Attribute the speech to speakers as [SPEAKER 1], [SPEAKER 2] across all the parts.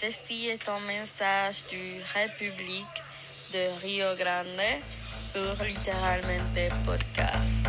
[SPEAKER 1] Ceci est un message du République de Rio Grande pour literalmente podcast.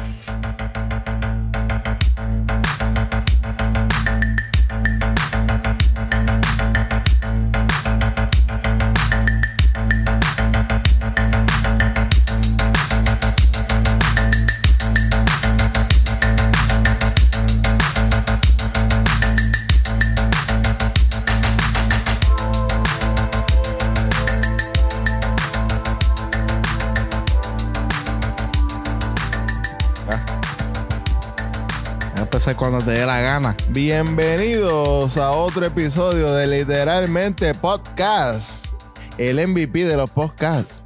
[SPEAKER 2] empezar cuando te dé la gana.
[SPEAKER 3] Bienvenidos a otro episodio de Literalmente Podcast. El MVP de los podcasts.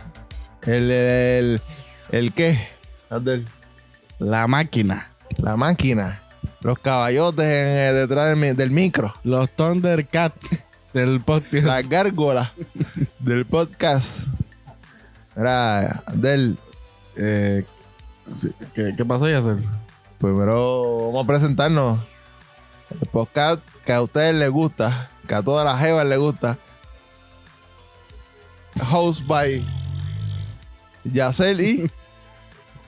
[SPEAKER 3] El, el, el qué? Abdel.
[SPEAKER 2] La máquina.
[SPEAKER 3] La máquina. Los caballotes en- eh, detrás del, mi- del micro.
[SPEAKER 2] Los Thundercat del podcast.
[SPEAKER 3] Las gárgolas del podcast. Era del.
[SPEAKER 2] Eh, sí, ¿qué, ¿Qué pasó, Yacel?
[SPEAKER 3] Primero Pues, vamos a presentarnos. El podcast que a ustedes les gusta, que a todas las jevas les gusta. Host by Yacel y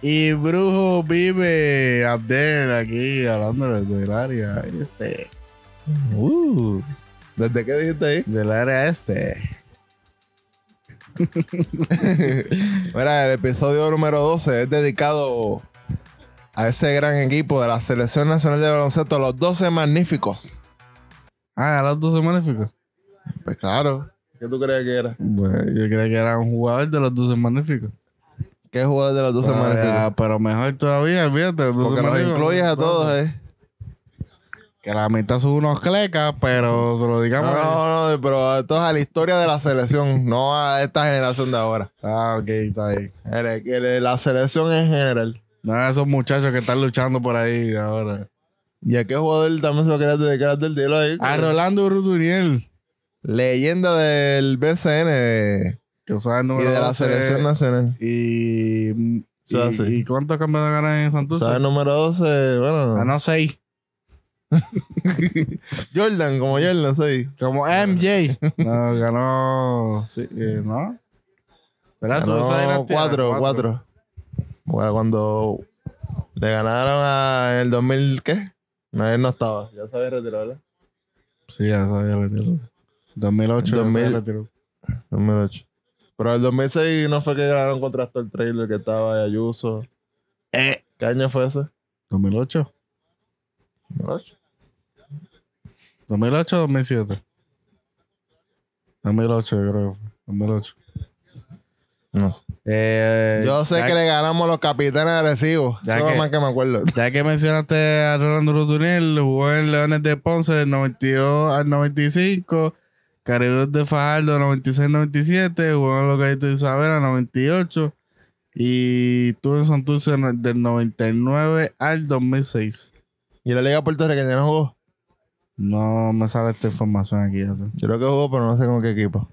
[SPEAKER 2] Y Brujo vive Abdel aquí hablando del área este. Uh,
[SPEAKER 3] ¿Desde qué dijiste ahí?
[SPEAKER 2] del área este.
[SPEAKER 3] Mira, el episodio número 12 es dedicado a ese gran equipo de la Selección Nacional de Baloncesto, los 12 magníficos.
[SPEAKER 2] Ah, los dos magníficos.
[SPEAKER 3] Pues claro, ¿qué tú crees que era?
[SPEAKER 2] Bueno, yo creía que era un jugador de los dos magníficos.
[SPEAKER 3] ¿Qué jugador de los 12
[SPEAKER 2] Ah,
[SPEAKER 3] magníficos?
[SPEAKER 2] ya, pero mejor todavía, fíjate. los 12
[SPEAKER 3] Pues, Porque los
[SPEAKER 2] magníficos.
[SPEAKER 3] incluyes a todos, ¿eh?
[SPEAKER 2] Que la mitad son unos clecas, pero se lo
[SPEAKER 3] No,
[SPEAKER 2] digamos.
[SPEAKER 3] no, no, pero esto es a la historia de la selección, no a esta generación de ahora.
[SPEAKER 2] Ah, ok, está bien.
[SPEAKER 3] El- el- la selección en general.
[SPEAKER 2] Nada de esos muchachos que están luchando por ahí ahora.
[SPEAKER 3] ¿Y a qué jugador también se lo querías dedicar del día ahí?
[SPEAKER 2] A Rolando Urrutuniel,
[SPEAKER 3] Leyenda del BCN
[SPEAKER 2] que usaba
[SPEAKER 3] eh,
[SPEAKER 2] el
[SPEAKER 3] y
[SPEAKER 2] número
[SPEAKER 3] de la
[SPEAKER 2] 12,
[SPEAKER 3] selección nacional.
[SPEAKER 2] Y, y,
[SPEAKER 3] Eso es así.
[SPEAKER 2] ¿Y cuántos campeonatos ganan en
[SPEAKER 3] O sea,
[SPEAKER 2] Santurce?
[SPEAKER 3] el número 12, bueno.
[SPEAKER 2] Ganó seis.
[SPEAKER 3] Jordan, como Jordan, soy.
[SPEAKER 2] Como MJ. no, ganó. Sí, eh, ¿No? ¿Verdad? Ah, Tú esa
[SPEAKER 3] Ganó
[SPEAKER 2] dinastía,
[SPEAKER 3] Ah, cuatro, cuatro. Bueno, cuando le ganaron a, en el 2000, ¿qué? No, él no estaba. Ya se había retirado, ¿verdad?
[SPEAKER 2] Sí, ya sabía retiró. 2008. ya se
[SPEAKER 3] 2000.
[SPEAKER 2] retiró.
[SPEAKER 3] 2008. Pero el 2006 no fue que ganaron contra Astor Trailer, que estaba Ayuso.
[SPEAKER 2] Eh,
[SPEAKER 3] ¿Qué año fue ese?
[SPEAKER 2] 2008.
[SPEAKER 3] 2008.
[SPEAKER 2] 2008 o 2007. 2008, yo creo que fue. 2008.
[SPEAKER 3] No sé.
[SPEAKER 2] Eh,
[SPEAKER 3] Yo sé
[SPEAKER 2] ya-
[SPEAKER 3] que le ganamos los capitanes agresivos.
[SPEAKER 2] Ya
[SPEAKER 3] Eso es
[SPEAKER 2] que-
[SPEAKER 3] lo más que me acuerdo.
[SPEAKER 2] Ya que mencionaste a Rolando Rutuniel, jugó en Leones de Ponce del 92 al 95, Cariberos de Fajardo 96-97, jugó en los Gallitos de Isabela 98 y tuvo en Santurce no- del 99 al 2006.
[SPEAKER 3] ¿Y la Liga Puertorriqueña no jugó?
[SPEAKER 2] No me sale esta información aquí. ya sé.
[SPEAKER 3] Yo creo que jugó, pero no sé con qué equipo.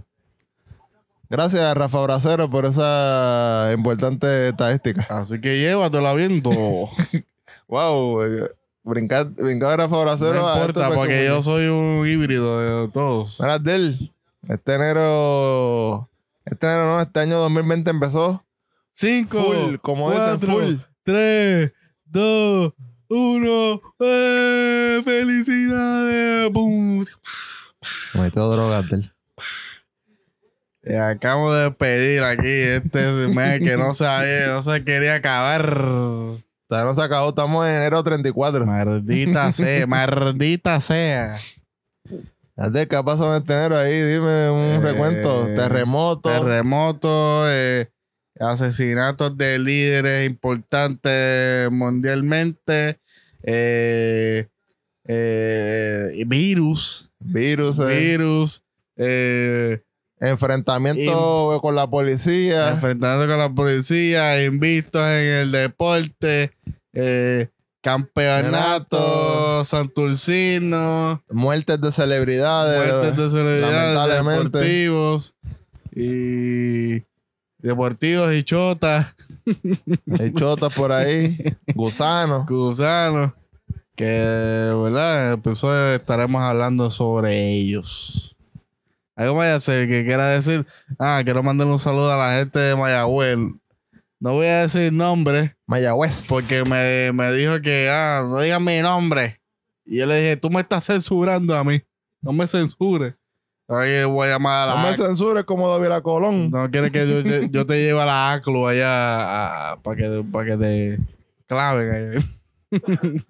[SPEAKER 3] Gracias, Rafa Bracero, por esa importante estadística.
[SPEAKER 2] Así que llévatela viendo.
[SPEAKER 3] Oh.
[SPEAKER 2] no
[SPEAKER 3] Wow, eh, brincar, brincar Rafa Bracero. a esto
[SPEAKER 2] importa,
[SPEAKER 3] para
[SPEAKER 2] porque
[SPEAKER 3] que-
[SPEAKER 2] yo soy un híbrido de todos.
[SPEAKER 3] Mira, Del, este enero. Este enero no, este año 2020 empezó.
[SPEAKER 2] Cinco,
[SPEAKER 3] Full, como dicen,
[SPEAKER 2] cuatro,
[SPEAKER 3] full.
[SPEAKER 2] 3, 2, 1. eh, ¡Felicidades! ¡Bum!
[SPEAKER 3] Me metió drogas, Del.
[SPEAKER 2] Eh, Acabo de pedir aquí este mes que no sabía, no se quería acabar.
[SPEAKER 3] Todavía no se acabó, estamos en enero 34.
[SPEAKER 2] Maldita sea, maldita sea.
[SPEAKER 3] Del, ¿qué ha pasado en este enero ahí? Dime un
[SPEAKER 2] Eh,
[SPEAKER 3] recuento. Terremoto.
[SPEAKER 2] Terremotos, eh, asesinatos de líderes importantes mundialmente, eh, eh, virus,
[SPEAKER 3] virus. eh,
[SPEAKER 2] virus, eh,
[SPEAKER 3] enfrentamiento con la policía.
[SPEAKER 2] enfrentando con la policía, invictos en el deporte, eh, campeonato,
[SPEAKER 3] Campeonato.
[SPEAKER 2] santurcino,
[SPEAKER 3] Muertes de celebridades.
[SPEAKER 2] muertes de celebridades
[SPEAKER 3] Eh, lamentablemente.
[SPEAKER 2] deportivos y deportivos y chotas,
[SPEAKER 3] Hay chotas por ahí. Gusanos.
[SPEAKER 2] gusanos, que Pues, verdad, empezó estaremos hablando sobre ellos. Algo vaya a ser que quiera decir, ah, quiero mandar un saludo a la gente de Mayagüez. No voy a decir nombres
[SPEAKER 3] Mayagüez.
[SPEAKER 2] porque me, me dijo que, ah, no digan mi nombre. Y yo le dije, tú me estás censurando a mí. No me censures. Ahí voy a llamar a
[SPEAKER 3] no
[SPEAKER 2] la
[SPEAKER 3] me censures como David Colón.
[SPEAKER 2] No quiere que yo, yo, yo te lleve a la ACLU allá para que, pa' que te claven allá.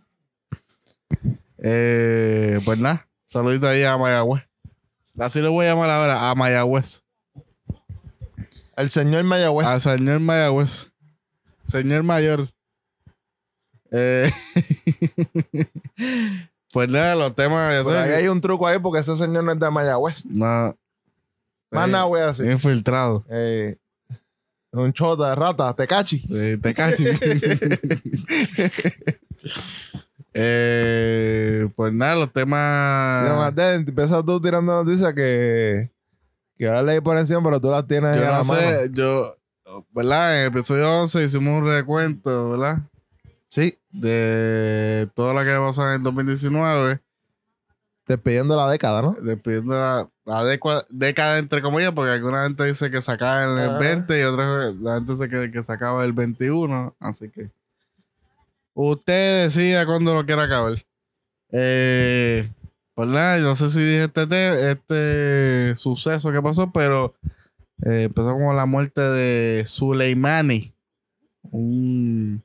[SPEAKER 2] Eh, pues nada, saludito ahí a Mayagüez. Así le voy a llamar ahora a Mayagüez.
[SPEAKER 3] El señor Mayagüez.
[SPEAKER 2] Al señor Mayagüez. Señor Mayor. Eh, pues nada, los temas. ya
[SPEAKER 3] Pero
[SPEAKER 2] sabes
[SPEAKER 3] ahí
[SPEAKER 2] que-
[SPEAKER 3] hay un truco ahí porque ese señor no es de Mayagüez.
[SPEAKER 2] No,
[SPEAKER 3] Más
[SPEAKER 2] Sí.
[SPEAKER 3] nada voy a decir.
[SPEAKER 2] infiltrado.
[SPEAKER 3] Eh, un chota de rata, te cachi.
[SPEAKER 2] Eh, te cacho. Eh, pues nada, los temas.
[SPEAKER 3] Empiezas tú tirando noticias que, que ahora leí por encima, pero tú las tienes ahí
[SPEAKER 2] Yo
[SPEAKER 3] a la
[SPEAKER 2] no
[SPEAKER 3] mano.
[SPEAKER 2] sé, yo, ¿verdad? En el episodio 11 hicimos un recuento, ¿verdad? Sí. De todo lo que pasó en el 2019,
[SPEAKER 3] Despidiendo la década, ¿no?
[SPEAKER 2] dependiendo de la, la decua- década, entre comillas, porque alguna gente dice que se acaba en el
[SPEAKER 3] Ajá.
[SPEAKER 2] 20 y otra la gente dice que, que se acaba el 21, así que. Usted decida cuándo lo quiera acabar. Eh, pues nada, yo no sé si dije este, te- este suceso que pasó, pero eh, empezó con la muerte de Suleimani, un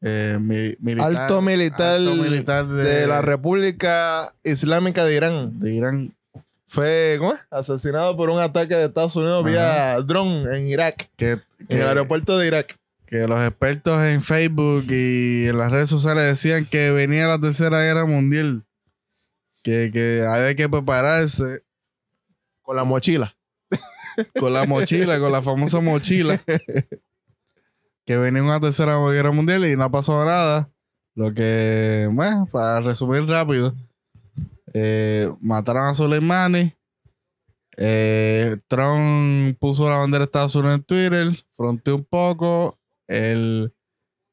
[SPEAKER 2] eh, mi- militar,
[SPEAKER 3] Alto militar
[SPEAKER 2] alto militar de,
[SPEAKER 3] De la República Islámica de Irán.
[SPEAKER 2] de Irán,
[SPEAKER 3] Fue, ¿cómo es? Asesinado por un ataque de Estados Unidos vía dron en Irak.
[SPEAKER 2] que, que-
[SPEAKER 3] En el aeropuerto de Irak.
[SPEAKER 2] que los expertos en Facebook y en las redes sociales decían que venía la tercera guerra mundial, que, que había que prepararse.
[SPEAKER 3] Con la mochila.
[SPEAKER 2] con la mochila, con la famosa mochila. Que venía una tercera guerra mundial y no pasó nada. Lo que, bueno, para resumir rápido, eh, mataron a Soleimani. eh, Trump puso la bandera de Estados Unidos en Twitter, fronteó un poco. El,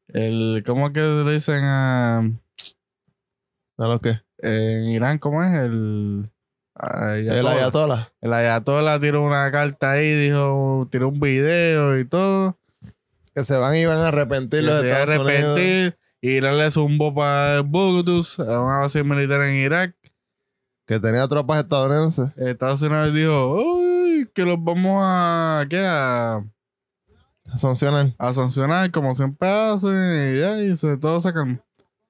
[SPEAKER 2] el, ¿cómo es que le dicen a,
[SPEAKER 3] ¿A lo que?
[SPEAKER 2] en Irán? ¿Cómo es? El, ayatollah.
[SPEAKER 3] El ayatollah.
[SPEAKER 2] El ayatollah tiró una carta ahí, dijo, tiró un video y todo.
[SPEAKER 3] Que se van y van a
[SPEAKER 2] Y
[SPEAKER 3] arrepentir los
[SPEAKER 2] se iba a
[SPEAKER 3] Estados Unidos.
[SPEAKER 2] arrepentir. Irán le zumbó para Bogotá, a una base militar en Irak.
[SPEAKER 3] Que tenía tropas estadounidenses.
[SPEAKER 2] Estados Unidos dijo, "Uy, que los vamos a, ¿qué? A,
[SPEAKER 3] Sancionan.
[SPEAKER 2] a sancionar como siempre hacen. Y ya, y se, todo se calmó.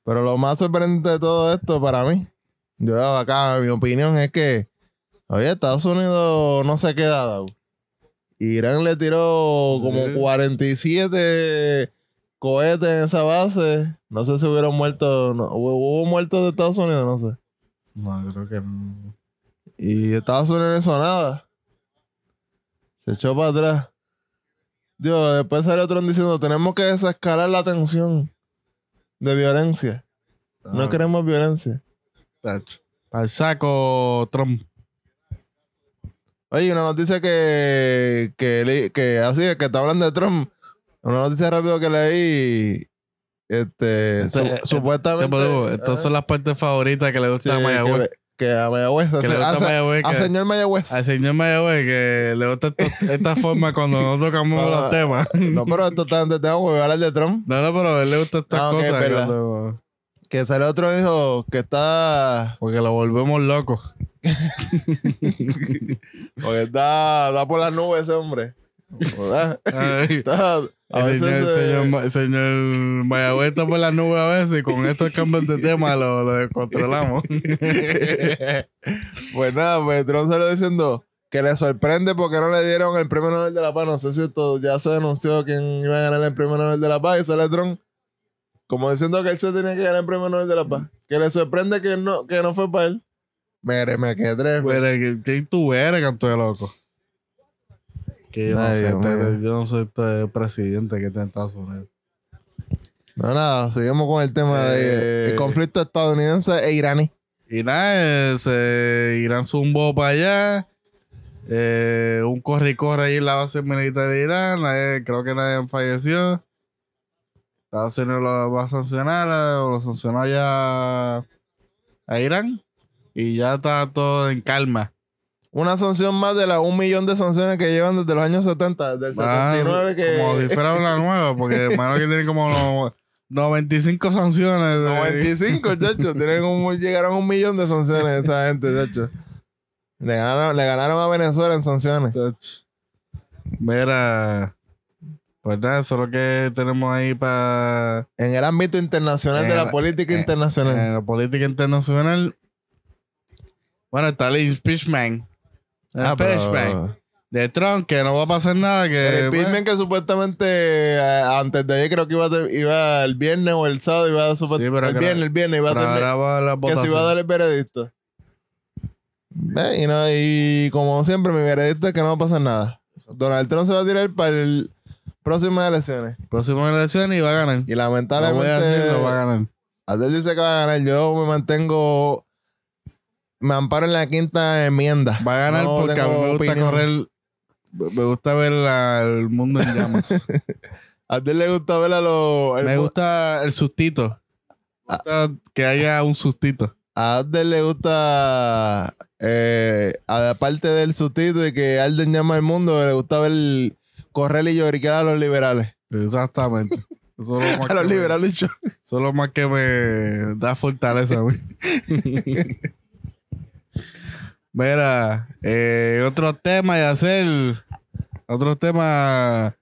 [SPEAKER 3] Pero lo más sorprendente de todo esto para mí, yo acá, mi opinión es que, oye, Estados Unidos no se queda dado. Irán le tiró como
[SPEAKER 2] Sí.
[SPEAKER 3] 47 cohetes en esa base. No sé si hubieron muertos, no, hubo, hubo muertos de Estados Unidos, no sé.
[SPEAKER 2] No, creo que no.
[SPEAKER 3] Y Estados Unidos no hizo nada. Se echó para atrás. Dios, después salió otro diciendo, tenemos que desescalar la tensión de violencia. No
[SPEAKER 2] Ah,
[SPEAKER 3] queremos violencia.
[SPEAKER 2] tacho. Al Ah, saco Trump.
[SPEAKER 3] Oye, una noticia que, que, le- que así es que está hablando de Trump. Una noticia rápido que leí. Este,
[SPEAKER 2] Este-
[SPEAKER 3] su-
[SPEAKER 2] este-
[SPEAKER 3] supuestamente.
[SPEAKER 2] Sí, pero,
[SPEAKER 3] ajá,
[SPEAKER 2] Estas son las partes favoritas que le
[SPEAKER 3] sí,
[SPEAKER 2] gusta a Mayagüez.
[SPEAKER 3] que, que a Mayagüez.
[SPEAKER 2] Que le
[SPEAKER 3] a,
[SPEAKER 2] gusta a
[SPEAKER 3] se-
[SPEAKER 2] Mayagüez.
[SPEAKER 3] a
[SPEAKER 2] que-
[SPEAKER 3] señor Mayagüez.
[SPEAKER 2] Al señor Mayagüez que le gusta esto- esta forma cuando no tocamos
[SPEAKER 3] Para-
[SPEAKER 2] los temas.
[SPEAKER 3] No, pero esto está antes de hablar de Trump.
[SPEAKER 2] No, no, pero a él le gusta estas
[SPEAKER 3] Ah, ok,
[SPEAKER 2] cosas.
[SPEAKER 3] verdad.
[SPEAKER 2] cuando-
[SPEAKER 3] Que sale otro hijo que está.
[SPEAKER 2] porque lo volvemos loco.
[SPEAKER 3] Porque está, está por las nubes ese hombre. ¿Verdad?
[SPEAKER 2] Ay,
[SPEAKER 3] Está- a
[SPEAKER 2] el señor,
[SPEAKER 3] veces. se-
[SPEAKER 2] señor Ma- señor Mayagüez está por las nubes a veces y con estos cambios de tema lo, lo descontrolamos.
[SPEAKER 3] Pues nada, pues Trump salió diciendo que le sorprende porque no le dieron el premio Nobel de la Paz. No sé si esto ya se denunció quién iba a ganar el premio Nobel de la Paz. Y sale Trump como diciendo que él se tenía que ganar el premio Nobel de la Paz. Que le sorprende que no, que no fue para él. Mire, me quedé tres. güey.
[SPEAKER 2] Pero, ¿quién tú eres, canto de loco? Que yo no,
[SPEAKER 3] Ay,
[SPEAKER 2] sé,
[SPEAKER 3] Dios
[SPEAKER 2] este-
[SPEAKER 3] mío.
[SPEAKER 2] yo no sé este presidente que te está sonando.
[SPEAKER 3] No, nada, seguimos con el tema
[SPEAKER 2] Eh.
[SPEAKER 3] del conflicto estadounidense e iraní.
[SPEAKER 2] Y nada, eh, se Irán zumbó para allá. Eh, un corre y corre ahí en la base militar de Irán. Nadie- creo que nadie falleció. Estados Unidos lo va a sancionar, eh, o lo sancionó ya a Irán. Y ya está todo en calma.
[SPEAKER 3] Una sanción más de las un millón de sanciones que llevan desde los años 70, desde el
[SPEAKER 2] Ah,
[SPEAKER 3] 79 que...
[SPEAKER 2] Como si fuera una nueva, porque hermano que tiene como no- 95 sanciones. eh, de-
[SPEAKER 3] 95, chacho. Tienen un- llegaron a un millón de sanciones esa gente, chacho. Le ganaron, le ganaron a Venezuela en sanciones.
[SPEAKER 2] Touch. Mira, pues nada, eso es lo que tenemos ahí para
[SPEAKER 3] En el ámbito internacional
[SPEAKER 2] En
[SPEAKER 3] de
[SPEAKER 2] el- eh,
[SPEAKER 3] la política
[SPEAKER 2] en-
[SPEAKER 3] internacional.
[SPEAKER 2] la política internacional. Bueno, está el impeachment. El
[SPEAKER 3] Ah, pero-
[SPEAKER 2] impeachment de Trump, que no va a pasar nada.
[SPEAKER 3] el
[SPEAKER 2] Que,
[SPEAKER 3] impeachment que supuestamente eh, antes de ayer creo que iba, a te- iba el viernes o el sábado iba a supe-
[SPEAKER 2] Sí, pero
[SPEAKER 3] el
[SPEAKER 2] que-
[SPEAKER 3] viernes, el viernes iba a
[SPEAKER 2] pero
[SPEAKER 3] tener-
[SPEAKER 2] ahora va la
[SPEAKER 3] que se iba a
[SPEAKER 2] votación.
[SPEAKER 3] dar el veredicto. Ve, Y, no, y como siempre, mi veredicto es que no va a pasar nada. Donald Trump se va a tirar para el próximas elecciones.
[SPEAKER 2] Próxima elección y va a ganar.
[SPEAKER 3] Y
[SPEAKER 2] Lo voy
[SPEAKER 3] lamentablemente.
[SPEAKER 2] a decir, lo va a ganar.
[SPEAKER 3] Adel dice que va a ganar. Yo me mantengo. Me amparo en la quinta enmienda.
[SPEAKER 2] Va a ganar
[SPEAKER 3] No
[SPEAKER 2] porque a mí
[SPEAKER 3] tengo
[SPEAKER 2] me gusta
[SPEAKER 3] opinión.
[SPEAKER 2] correr. Me gusta ver la- el mundo en llamas.
[SPEAKER 3] A Adel le gusta ver a los. el
[SPEAKER 2] me
[SPEAKER 3] mu-
[SPEAKER 2] gusta el sustito. Me gusta que haya un sustito.
[SPEAKER 3] A Adel le gusta. eh, aparte del subtítulo de que Alden llama al mundo, le gusta ver correr y lloriquear a los liberales.
[SPEAKER 2] Exactamente. Eso es lo más
[SPEAKER 3] A los
[SPEAKER 2] que me-
[SPEAKER 3] liberales, yo-
[SPEAKER 2] eso es lo más que me da fortaleza a mí. Mira, eh, otro tema y hacer. Otro tema.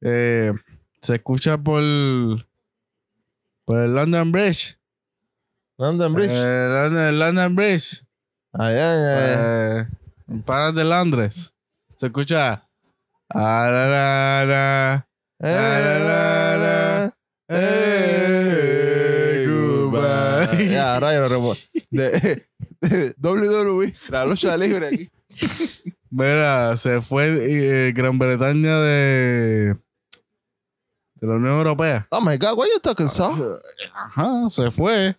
[SPEAKER 2] eh, se escucha por. Por el London Bridge.
[SPEAKER 3] London Bridge.
[SPEAKER 2] Eh, London- el London Bridge.
[SPEAKER 3] Allá, allá, allá.
[SPEAKER 2] Eh, en Panas de Londres. Se escucha. "Ah, la, la, la,
[SPEAKER 3] Eh,
[SPEAKER 2] la, la, la, eh, goodbye".
[SPEAKER 3] Ya, rayo, lo de, de WWE, la lucha libre aquí.
[SPEAKER 2] Mira, se fue eh, Gran Bretaña de, de la Unión Europea.
[SPEAKER 3] Oh my god, why you talking so?
[SPEAKER 2] Ajá, se fue.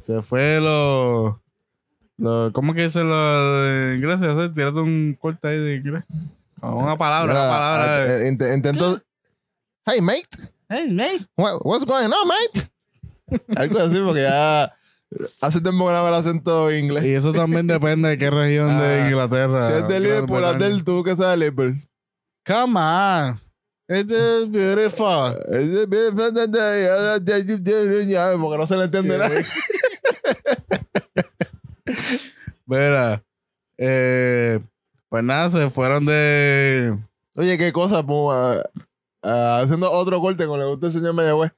[SPEAKER 2] Se fue lo. lo ¿Cómo que dice lo de inglés? Hacer- Tírate un corte ahí de inglés. Con una palabra, una palabra. de-
[SPEAKER 3] ah, eh. intento. Hey, mate.
[SPEAKER 2] Hey, mate.
[SPEAKER 3] What- what's going on, mate? Algo así, porque ya hace tiempo que no hago el acento inglés.
[SPEAKER 2] Y eso también depende de qué región de
[SPEAKER 3] Ah,
[SPEAKER 2] Inglaterra.
[SPEAKER 3] Si es de
[SPEAKER 2] Gran
[SPEAKER 3] Liverpool, haz
[SPEAKER 2] Bretaña.
[SPEAKER 3] del tú que pues. sea de Liverpool.
[SPEAKER 2] Come on. It is beautiful.
[SPEAKER 3] Porque no se le entiende nada.
[SPEAKER 2] Mira. eh, pues nada, se fueron de.
[SPEAKER 3] Oye, qué cosa, po, ah, ah, haciendo otro corte con le gusta el señor Mayagüez.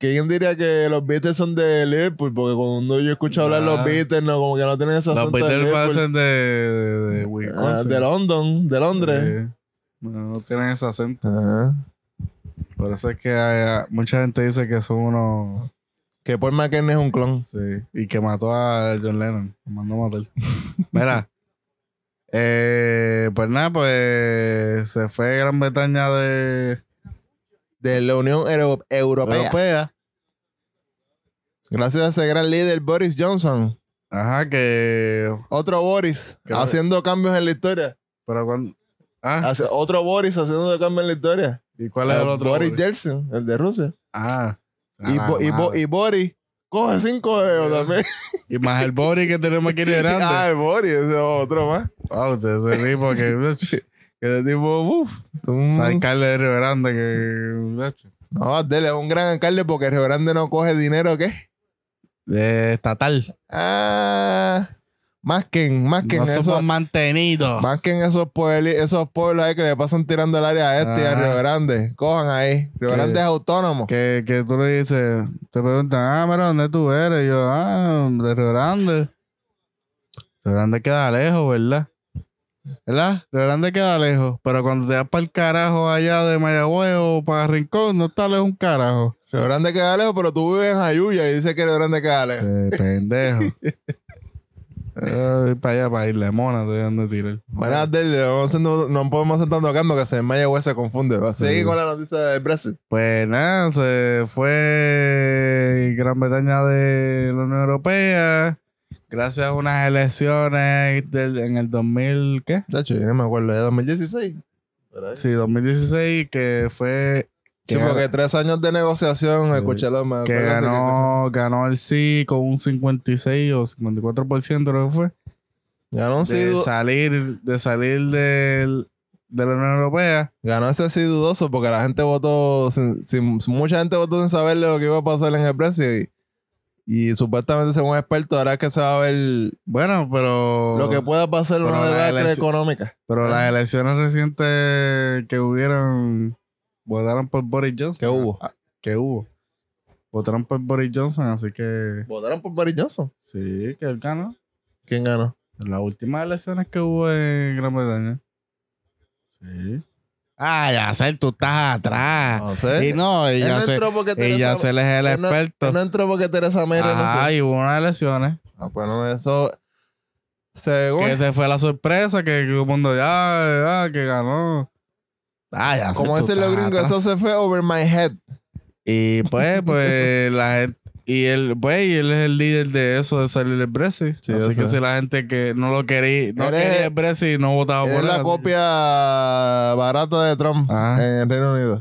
[SPEAKER 3] Que quién diría que los Beatles son de Liverpool, porque cuando yo escucho hablar
[SPEAKER 2] Nah.
[SPEAKER 3] los Beatles, no, como que no tienen ese
[SPEAKER 2] Los
[SPEAKER 3] acento de
[SPEAKER 2] Beatles
[SPEAKER 3] Liverpool.
[SPEAKER 2] pasan de. De, de
[SPEAKER 3] Ah,
[SPEAKER 2] Wisconsin.
[SPEAKER 3] de London, de Londres.
[SPEAKER 2] Eh, no, no tienen ese acento.
[SPEAKER 3] Ajá.
[SPEAKER 2] Por eso es que hay- ah, mucha gente dice que son unos.
[SPEAKER 3] Que Paul McCartney es un clon.
[SPEAKER 2] Sí. Y que mató a John Lennon. Lo mandó a matar. Mira. eh, pues nada, pues se fue Gran Bretaña de
[SPEAKER 3] De la Unión Euro- Europea.
[SPEAKER 2] Europea.
[SPEAKER 3] Gracias a ese gran líder Boris Johnson.
[SPEAKER 2] Ajá, que.
[SPEAKER 3] Otro Boris
[SPEAKER 2] Creo-
[SPEAKER 3] haciendo cambios en la historia.
[SPEAKER 2] Pero cuando. Ah,
[SPEAKER 3] Hace- otro Boris haciendo cambios en la historia. Eh,
[SPEAKER 2] ¿y cuál es el otro?
[SPEAKER 3] Boris
[SPEAKER 2] Boris?
[SPEAKER 3] Yeltsin, el de Rusia.
[SPEAKER 2] Ah.
[SPEAKER 3] y,
[SPEAKER 2] Ah,
[SPEAKER 3] Bo- y, Bo-
[SPEAKER 2] madre.
[SPEAKER 3] y Boris coge cinco dedos también.
[SPEAKER 2] Y más el Boris que tenemos aquí de
[SPEAKER 3] Ah,
[SPEAKER 2] grande.
[SPEAKER 3] el Boris, ese es otro más.
[SPEAKER 2] Wow, usted ese tipo que. uf,
[SPEAKER 3] Que ese tipo, uff. un-
[SPEAKER 2] ese alcalde de Río Grande que. uf,
[SPEAKER 3] No, Adele es un gran alcalde porque Río Grande no coge dinero, ¿qué?
[SPEAKER 2] de estatal.
[SPEAKER 3] Ah, más que en, más que en
[SPEAKER 2] No somos
[SPEAKER 3] esos,
[SPEAKER 2] mantenidos.
[SPEAKER 3] más que en esos pueblos, esos pueblos ahí que le pasan tirando el área a este y a
[SPEAKER 2] Ajá.
[SPEAKER 3] Río Grande. Cojan ahí. Río
[SPEAKER 2] Que-
[SPEAKER 3] Grande es autónomo.
[SPEAKER 2] Que, que tú le dices, te preguntan, ah, pero ¿dónde tú eres? Y yo, ah, de Río Grande. Río Grande queda lejos, ¿verdad? ¿Verdad? Río Grande queda lejos. Pero cuando te vas para el carajo allá de Mayagüez o para Rincón, no está lejos un carajo.
[SPEAKER 3] Río Grande queda lejos, pero tú vives en Jayuya y dices que Río Grande queda lejos.
[SPEAKER 2] Eh, pendejo. Ay, para allá, para irle, mona, te dónde tirar.
[SPEAKER 3] Bueno, Adele, no, se- no- no podemos sentar tocando que se Mayagüez se confunde. Va, Sigue
[SPEAKER 2] Sí.
[SPEAKER 3] con la noticia del Brexit.
[SPEAKER 2] Pues nada, se fue Gran Bretaña de la Unión Europea. Gracias a unas elecciones del- en el 2000, ¿qué?
[SPEAKER 3] De hecho, yo no me acuerdo, de 2016. Por ahí.
[SPEAKER 2] Sí, 2016, que fue...
[SPEAKER 3] Sí,
[SPEAKER 2] que-
[SPEAKER 3] porque tres años de negociación,
[SPEAKER 2] Sí.
[SPEAKER 3] escuché lo más.
[SPEAKER 2] que ganó, ganó el sí con un 56 o 54% creo que fue.
[SPEAKER 3] Ganó, un sí
[SPEAKER 2] de
[SPEAKER 3] du-
[SPEAKER 2] salir, de salir del- de la Unión Europea.
[SPEAKER 3] ganó ese sí dudoso porque la gente votó, sin, sin- mucha gente votó sin saberle lo que iba a pasar en el Brexit. Y, y supuestamente, según expertos, ahora es que se va a ver
[SPEAKER 2] Bueno, pero.
[SPEAKER 3] lo que pueda pasar en
[SPEAKER 2] Pero
[SPEAKER 3] una
[SPEAKER 2] la
[SPEAKER 3] debate
[SPEAKER 2] elección-
[SPEAKER 3] económica.
[SPEAKER 2] Pero las elecciones recientes que hubieron, votaron por Boris Johnson.
[SPEAKER 3] ¿Qué hubo?
[SPEAKER 2] Ah, que hubo. Votaron por Boris Johnson, así que
[SPEAKER 3] Votaron por Boris Johnson.
[SPEAKER 2] sí, que él ganó.
[SPEAKER 3] ¿Quién ganó?
[SPEAKER 2] En las últimas elecciones que hubo en Gran Bretaña. Sí. Ay, Yacel, tú estás atrás.
[SPEAKER 3] No eh, sé.
[SPEAKER 2] Ah, Y no, y
[SPEAKER 3] Él no
[SPEAKER 2] Yacel,
[SPEAKER 3] entró porque
[SPEAKER 2] y
[SPEAKER 3] Teresa-
[SPEAKER 2] Yacel es el
[SPEAKER 3] él no-
[SPEAKER 2] experto.
[SPEAKER 3] él no entró porque Teresa May renunció.
[SPEAKER 2] Ajá, y hubo unas elecciones.
[SPEAKER 3] Ah, bueno, eso. Según.
[SPEAKER 2] Que se fue la sorpresa, que todo el mundo ya, ya, que ganó. Ay, Yacel,
[SPEAKER 3] como
[SPEAKER 2] tú
[SPEAKER 3] dicen los
[SPEAKER 2] estás
[SPEAKER 3] gringos,
[SPEAKER 2] atrás.
[SPEAKER 3] eso se fue over my head.
[SPEAKER 2] Y pues, pues, la gente. Y él, pues, y él es el líder de eso, de salir del Brexit.
[SPEAKER 3] Sí, yo
[SPEAKER 2] así que
[SPEAKER 3] sé.
[SPEAKER 2] si la gente que no lo quería, no
[SPEAKER 3] Él es-
[SPEAKER 2] quería el Brexit, no votaba por
[SPEAKER 3] Es
[SPEAKER 2] él.
[SPEAKER 3] la
[SPEAKER 2] así
[SPEAKER 3] copia Eh. barata de Trump
[SPEAKER 2] Ah, Ajá.
[SPEAKER 3] en el Reino Unido.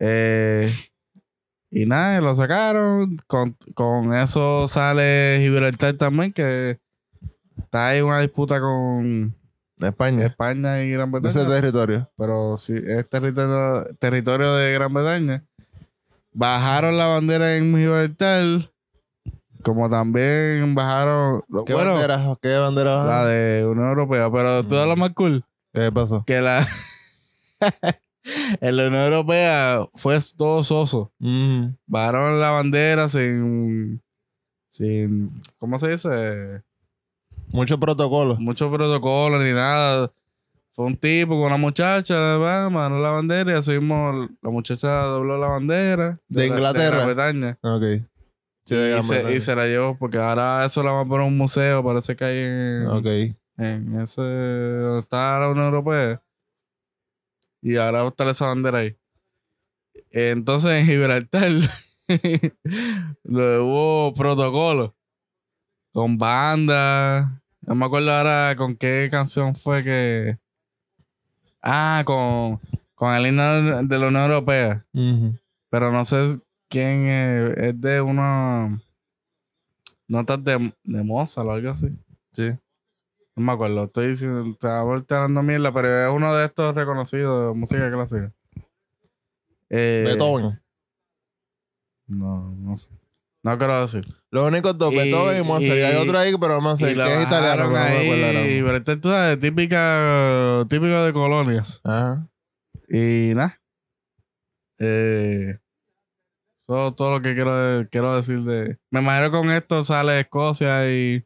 [SPEAKER 2] que, eh, y nada, y lo sacaron. Con, con eso sale Gibraltar también, que está ahí una disputa con
[SPEAKER 3] España.
[SPEAKER 2] España y Gran
[SPEAKER 3] De ese
[SPEAKER 2] Bretaña.
[SPEAKER 3] territorio.
[SPEAKER 2] Pero sí, es territorio, territorio de Gran Bretaña. Bajaron la bandera en Gibraltar. Como también bajaron.
[SPEAKER 3] ¿Qué
[SPEAKER 2] bueno,
[SPEAKER 3] bandera? ¿Qué bandera?
[SPEAKER 2] la de Unión Europea. Pero tú
[SPEAKER 3] Mm.
[SPEAKER 2] das lo más cool.
[SPEAKER 3] ¿Qué pasó?
[SPEAKER 2] Que la. en la Unión Europea fue todo soso.
[SPEAKER 3] Mm.
[SPEAKER 2] Bajaron la bandera sin. Sin. ¿Cómo se dice?
[SPEAKER 3] Muchos protocolos.
[SPEAKER 2] Mucho protocolo ni nada. Fue un tipo con una muchacha, va, manó la bandera y así mismo la muchacha dobló la bandera.
[SPEAKER 3] De
[SPEAKER 2] la-
[SPEAKER 3] Inglaterra.
[SPEAKER 2] Gran Bretaña.
[SPEAKER 3] Ok. Sí, de
[SPEAKER 2] y,
[SPEAKER 3] Gran
[SPEAKER 2] se,
[SPEAKER 3] Bretaña.
[SPEAKER 2] y se la llevó porque ahora eso la van a poner en un museo, parece que hay en,
[SPEAKER 3] Ok.
[SPEAKER 2] en ese donde está la Unión Europea. pues, Y ahora va a estar esa bandera ahí. Entonces en Gibraltar lo hubo protocolo con banda. No me acuerdo ahora con qué canción fue que. Ah, con, con el himno de la Unión Europea.
[SPEAKER 3] Ujú.
[SPEAKER 2] Pero no sé quién eh, es, de una notas de, de Mozart o algo así.
[SPEAKER 3] Sí.
[SPEAKER 2] No me acuerdo, estoy diciendo, estaba volteando mierda, pero es uno de estos reconocidos de música clásica. Eh,
[SPEAKER 3] Beethoven.
[SPEAKER 2] No, no sé. No quiero decir.
[SPEAKER 3] Los únicos dos,
[SPEAKER 2] y-
[SPEAKER 3] Beethoven y Mozart. Y hay
[SPEAKER 2] y-
[SPEAKER 3] otro ahí, pero no sé.
[SPEAKER 2] Y
[SPEAKER 3] Que
[SPEAKER 2] la
[SPEAKER 3] es italiano,
[SPEAKER 2] bajaron
[SPEAKER 3] pero no me acuerdo ahora
[SPEAKER 2] ahí,
[SPEAKER 3] mismo.
[SPEAKER 2] pero esta es toda típica, típica de colonias.
[SPEAKER 3] Ajá.
[SPEAKER 2] Y nada. Eh, todo, todo lo que quiero, quiero decir de... Me imagino con esto sale Escocia y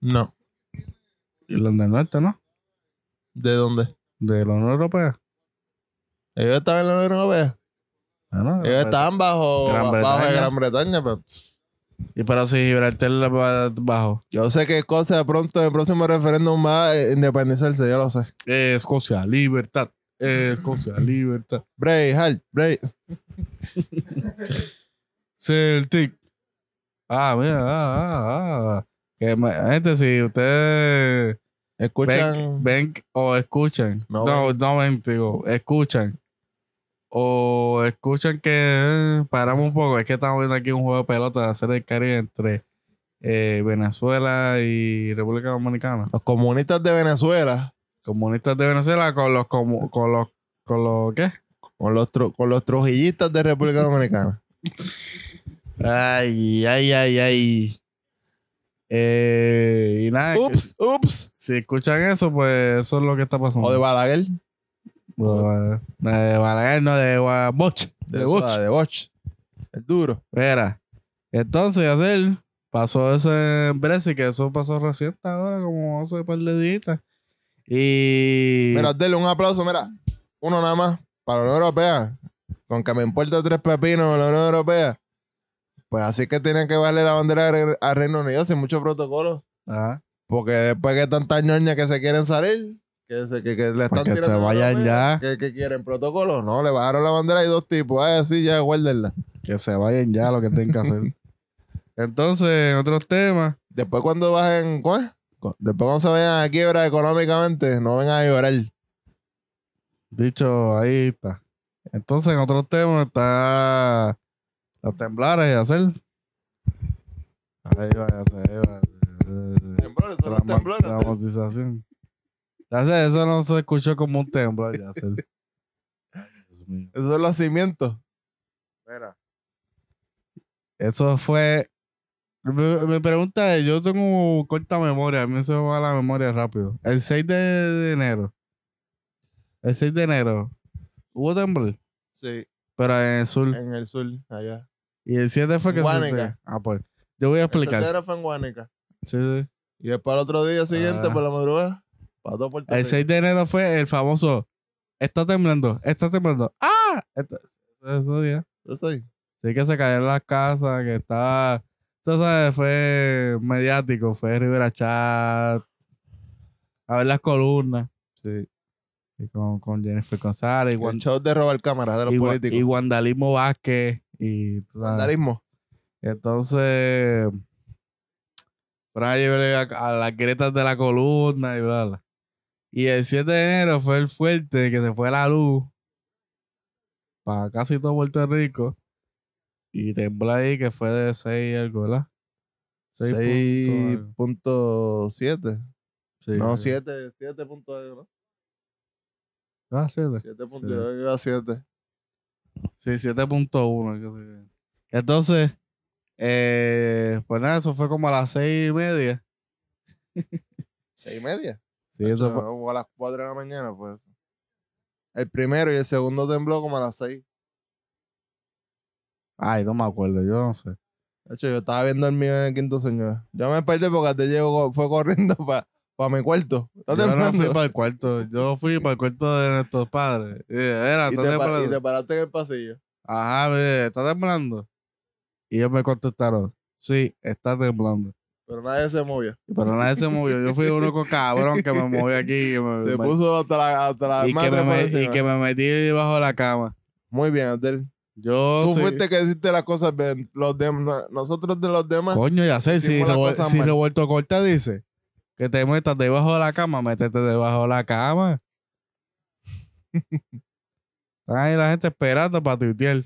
[SPEAKER 3] No.
[SPEAKER 2] Irlanda del Norte, ¿no?
[SPEAKER 3] ¿De dónde?
[SPEAKER 2] De la Unión Europea.
[SPEAKER 3] Ellos estaban en la Unión Europea.
[SPEAKER 2] Ah, no, de la-
[SPEAKER 3] Ellos estaban bajo,
[SPEAKER 2] Gran
[SPEAKER 3] bajo de
[SPEAKER 2] Bretaña.
[SPEAKER 3] Gran Bretaña, pero
[SPEAKER 2] Y para si Gibraltar la va bajo.
[SPEAKER 3] Yo sé que Escocia pronto en el próximo referéndum va a independizarse, yo lo sé.
[SPEAKER 2] Eh, Escocia, libertad. Eh, Escocia, libertad.
[SPEAKER 3] Bray, Hal, Bray.
[SPEAKER 2] Celtic. Ah, mira, ah, ah, ah. Que me- gente, si ustedes
[SPEAKER 3] Escuchan.
[SPEAKER 2] ven, ven o escuchan.
[SPEAKER 3] No,
[SPEAKER 2] No, no, ven, digo, escuchan. O escuchan que eh, paramos un poco. Es que estamos viendo aquí un juego de pelota de hacer el Caribe entre eh, Venezuela y República Dominicana.
[SPEAKER 3] Los comunistas de Venezuela,
[SPEAKER 2] Comunistas de Venezuela con los comu- con los con los ¿qué?
[SPEAKER 3] con los, tru- con los trujillistas de República Dominicana.
[SPEAKER 2] Ay, ay, ay, ay. Eh, y nada,
[SPEAKER 3] ups, ups.
[SPEAKER 2] si escuchan eso, pues eso es lo que está pasando.
[SPEAKER 3] O de Balaguer.
[SPEAKER 2] Bueno, de Balaguer, no, de Gua- Boch. De
[SPEAKER 3] eso,
[SPEAKER 2] Boch.
[SPEAKER 3] ah, De Boch. El duro.
[SPEAKER 2] Mira, entonces, hacer pasó eso en Brexit, que eso pasó reciente ahora, como hace un par de días. Y.
[SPEAKER 3] Mira, denle un aplauso, mira. Uno nada más para la Unión Europea. Con que me importa tres pepinos la Unión Europea. Pues así que tienen que darle la bandera al- al Reino Unido sin mucho protocolo.
[SPEAKER 2] Ah,
[SPEAKER 3] Porque después que tantas ñoñas que se quieren salir, que, se, que, que le
[SPEAKER 2] Pues
[SPEAKER 3] están
[SPEAKER 2] que se
[SPEAKER 3] tirando
[SPEAKER 2] vayan
[SPEAKER 3] la
[SPEAKER 2] ya.
[SPEAKER 3] bandera, Que, que quieren protocolo. No, le bajaron la bandera y dos tipos. Ah, sí, ya, guárdenla.
[SPEAKER 2] que se vayan ya lo que tengan que hacer. entonces, en otros temas.
[SPEAKER 3] Después cuando bajen, ¿cuál? Cu- Después cuando se vayan a quiebra económicamente, no vengan a llorar.
[SPEAKER 2] Dicho, ahí está. Entonces, en otros temas está los temblores y hacer. Ahí va, ahí va, ahí va. de- de
[SPEAKER 3] Temblores, son los
[SPEAKER 2] trauma-
[SPEAKER 3] temblores.
[SPEAKER 2] traumatización. Ya sé, eso no se escuchó como un temblor, ya sé. Dios mío.
[SPEAKER 3] Esos son los cimientos. Mira.
[SPEAKER 2] Eso fue. Me, me pregunta, yo tengo corta memoria, a mí se me va la memoria rápido. El 6 de, de enero. El 6 de enero. Hubo temblor,
[SPEAKER 3] Sí,
[SPEAKER 2] pero en el sur.
[SPEAKER 3] en el sur, allá.
[SPEAKER 2] Y el 7 fue que
[SPEAKER 3] Guánica.
[SPEAKER 2] se- Ah, pues. Yo voy a
[SPEAKER 3] El
[SPEAKER 2] explicar.
[SPEAKER 3] tercero fue en Guánica.
[SPEAKER 2] Sí, sí.
[SPEAKER 3] Y después el otro día siguiente,
[SPEAKER 2] Ah.
[SPEAKER 3] por la madrugada, para todo Puerto
[SPEAKER 2] El
[SPEAKER 3] Rico.
[SPEAKER 2] 6 de enero fue el famoso. Está temblando, está temblando. ¡Ah! Está- Esos días.
[SPEAKER 3] Yo soy.
[SPEAKER 2] Sí que se cayeron las casas, que estaba... Tú sabes, fue mediático, fue Rivera Chat, a ver las columnas,
[SPEAKER 3] Sí.
[SPEAKER 2] y con, con Jennifer González, y,
[SPEAKER 3] El
[SPEAKER 2] Wan-
[SPEAKER 3] show de robar cámaras de los
[SPEAKER 2] y Wa-
[SPEAKER 3] políticos.
[SPEAKER 2] y Wandalismo Vázquez, y tú sabes.
[SPEAKER 3] Vandalismo.
[SPEAKER 2] Entonces, fueron a llevar a, a las grietas de la columna y bla, bla. Y el 7 de enero fue el fuerte que se fue la luz para casi todo Puerto Rico. Y tembló ahí que fue de 6 algo, ¿verdad? Seis punto
[SPEAKER 3] 6.7.
[SPEAKER 2] Sí,
[SPEAKER 3] No,
[SPEAKER 2] creo.
[SPEAKER 3] 7, 7 punto algo, ¿no?
[SPEAKER 2] Ah, 7.
[SPEAKER 3] 7 punto, yo creo que iba a 7.
[SPEAKER 2] Sí, 7.1. algo así. Entonces, eh, pues nada, eso fue como a las 6 y media.
[SPEAKER 3] 6 y media.
[SPEAKER 2] Sí, eso fue.
[SPEAKER 3] Como a las 4 de la mañana, pues. El primero y el segundo tembló como a las 6.
[SPEAKER 2] Ay, no me acuerdo, yo no sé.
[SPEAKER 3] De hecho, yo estaba viendo el mío en el quinto sueño. Yo me desperté porque te llego, fue corriendo para mi cuarto. Está
[SPEAKER 2] Yo no fui
[SPEAKER 3] temblando.
[SPEAKER 2] para el cuarto. Yo fui para el cuarto de nuestros padres. Y, Era,
[SPEAKER 3] y,
[SPEAKER 2] está
[SPEAKER 3] te pa- y
[SPEAKER 2] temblando.
[SPEAKER 3] te paraste en el pasillo.
[SPEAKER 2] Ajá, mire, está temblando. Y ellos me contestaron, sí, está temblando.
[SPEAKER 3] Pero nadie se movió.
[SPEAKER 2] Pero nadie se movió. Yo fui uno con cabrón que me movió aquí. y me-
[SPEAKER 3] Te
[SPEAKER 2] me-
[SPEAKER 3] puso hasta la, hasta la
[SPEAKER 2] Pues y, que
[SPEAKER 3] madre
[SPEAKER 2] me,
[SPEAKER 3] por
[SPEAKER 2] me- y
[SPEAKER 3] encima.
[SPEAKER 2] que me metí debajo de la cama.
[SPEAKER 3] Muy bien, Adel.
[SPEAKER 2] Yo
[SPEAKER 3] Tú
[SPEAKER 2] Oh, sí.
[SPEAKER 3] fuiste que hiciste las cosas bien. Los dem- no- nosotros de los demás.
[SPEAKER 2] Coño, ya sé, si,
[SPEAKER 3] Hicimos las
[SPEAKER 2] Robert-
[SPEAKER 3] cosas
[SPEAKER 2] si
[SPEAKER 3] mal.
[SPEAKER 2] Roberto Corta dice que te metas debajo de la cama, métete debajo de la cama. Están ahí la gente esperando para tuitear.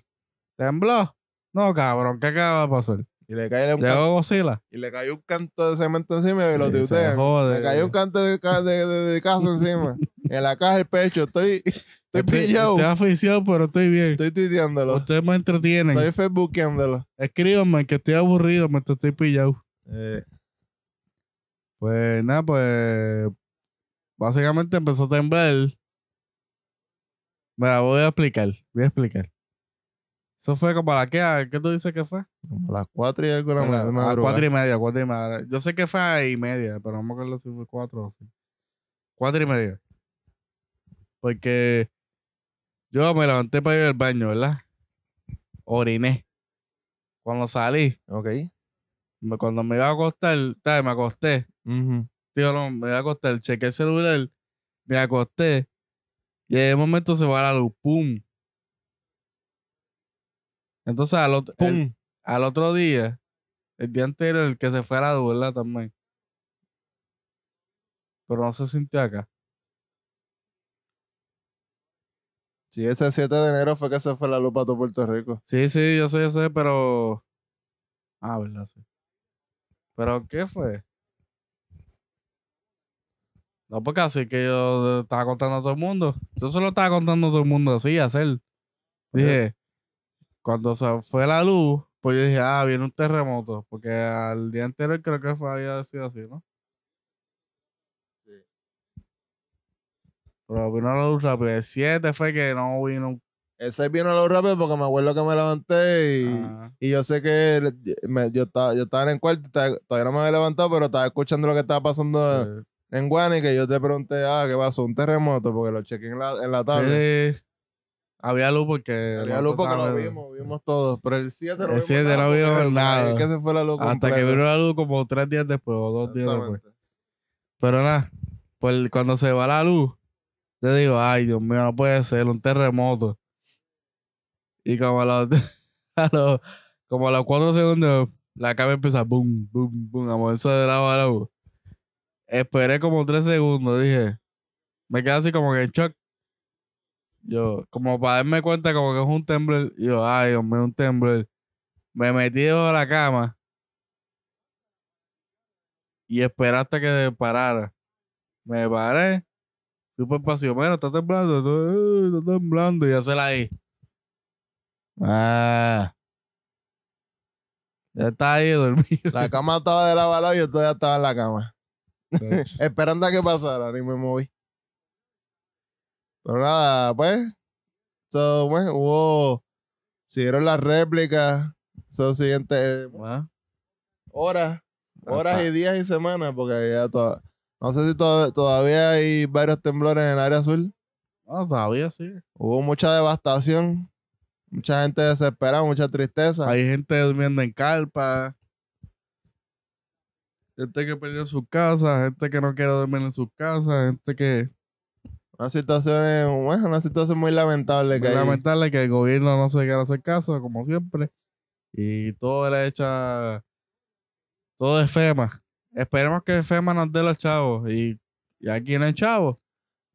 [SPEAKER 2] ¿Tembló? No, cabrón, ¿qué acaba de pasar?
[SPEAKER 3] Y le cayó un, can-
[SPEAKER 2] Llegó Godzilla.
[SPEAKER 3] y le cayó un canto de cemento encima y lo
[SPEAKER 2] Sí, se
[SPEAKER 3] tiutean.
[SPEAKER 2] jode.
[SPEAKER 3] Le cayó un canto de, ca- de, de- de caso encima. En la caja del pecho. Estoy, estoy pillado.
[SPEAKER 2] Estoy aficionado, pero estoy bien.
[SPEAKER 3] Estoy tuiteándolo.
[SPEAKER 2] Ustedes me entretienen.
[SPEAKER 3] Estoy facebookeándolo.
[SPEAKER 2] Escríbanme que estoy aburrido, me estoy pillado. Eh, Pues nada, pues básicamente empezó a temblar. Me la voy a explicar, voy a explicar. Eso fue como a la que, a- ¿qué tú dices que fue?
[SPEAKER 3] Como a las 4 y algo de
[SPEAKER 2] A
[SPEAKER 3] la
[SPEAKER 2] la-
[SPEAKER 3] madrugada.
[SPEAKER 2] a cuatro y media, cuatro y media. Yo sé que fue a y media, pero no me acuerdo si fue cuatro o cinco. Cuatro y media. Porque yo me levanté para ir al baño, ¿verdad? Oriné. Cuando salí,
[SPEAKER 3] Ok.
[SPEAKER 2] me- cuando me iba a acostar, tal, me acosté.
[SPEAKER 3] Ujú.
[SPEAKER 2] Digo, no, me voy a acostar. Chequé el celular, me acosté. Y en el momento se va la luz. ¡Pum! Entonces, al otro, el-
[SPEAKER 3] Pum.
[SPEAKER 2] al otro día, el día anterior, el que se fue a la luz, ¿verdad? También. Pero no se sintió acá.
[SPEAKER 3] Sí, ese 7 de enero fue que se fue la luz para todo Puerto Rico.
[SPEAKER 2] Sí, sí, yo sé, yo sé, pero. Ah, ¿verdad? Sí. ¿Pero qué fue? No, porque así que yo estaba contando a todo el mundo. Yo solo estaba contando a todo el mundo así, a hacer. Dije, cuando se fue la luz, pues yo dije, ah, viene un terremoto. Porque al día anterior creo que fue, había sido así, ¿no?
[SPEAKER 3] Sí.
[SPEAKER 2] Pero vino la luz rápido. El 7 fue que no vino.
[SPEAKER 3] Ese vino a lo rápido porque me acuerdo que me levanté y,
[SPEAKER 2] Ah,
[SPEAKER 3] y yo sé que le- me- yo, estaba, yo estaba en el cuarto, y estaba- todavía no me había levantado, pero estaba escuchando lo que estaba pasando
[SPEAKER 2] eh,
[SPEAKER 3] en Guani, que yo te pregunté, ah, ¿qué pasó? ¿Un terremoto? Porque lo chequé en la, en la tablet.
[SPEAKER 2] Sí. Había luz porque.
[SPEAKER 3] Había
[SPEAKER 2] nosotros
[SPEAKER 3] luz porque lo
[SPEAKER 2] estábamos-
[SPEAKER 3] vimos, vimos todos. Pero el 7
[SPEAKER 2] El 7 no vimos nada.
[SPEAKER 3] Es que se fue la luz
[SPEAKER 2] Hasta que
[SPEAKER 3] completa.
[SPEAKER 2] vino la luz como tres días después o dos días después.
[SPEAKER 3] Exactamente.
[SPEAKER 2] Pero nada, pues cuando se va la luz, yo digo, ay, Dios mío, no puede ser, un terremoto. Y como a los, a los- como a los cuatro segundos, la cama empieza boom, boom, boom, a moverse de lado a lado. Esperé como tres segundos, dije, me quedé así como que en shock. Yo, como para darme cuenta como que es un temblor, y yo, ay, Dios mío, un temblor. Me metí debajo de la cama. y esperé hasta que parara. Me paré. Fui por el pasillo. Mira, está temblando. Está, eh, está temblando. Y hacerla ahí.
[SPEAKER 3] Ah,
[SPEAKER 2] Ya está ahí dormido.
[SPEAKER 3] la cama estaba de lado a lado y yo todavía estaba en la cama. Esperando a que pasara, ni me moví. Pero nada, pues. So, bueno,
[SPEAKER 2] Oh,
[SPEAKER 3] hubo. Siguieron las réplicas. Son siguientes
[SPEAKER 2] Ah,
[SPEAKER 3] horas. Horas
[SPEAKER 2] Ajá.
[SPEAKER 3] y días y semanas, porque ya to- No sé si to- todavía hay varios temblores en el área azul.
[SPEAKER 2] No, todavía sí.
[SPEAKER 3] Hubo mucha devastación. Mucha gente desesperada, mucha tristeza.
[SPEAKER 2] Hay gente durmiendo en carpa. Gente que perdió sus casas, gente que no quiere dormir en sus casas, gente que...
[SPEAKER 3] Una situación, eh, bueno, una situación muy lamentable que hay.
[SPEAKER 2] Lamentable que el gobierno no se quiera hacer caso, como siempre. Y todo era hecha... Todo es FEMA. Esperemos que FEMA nos dé los chavos. Y, y aquí en el chavo,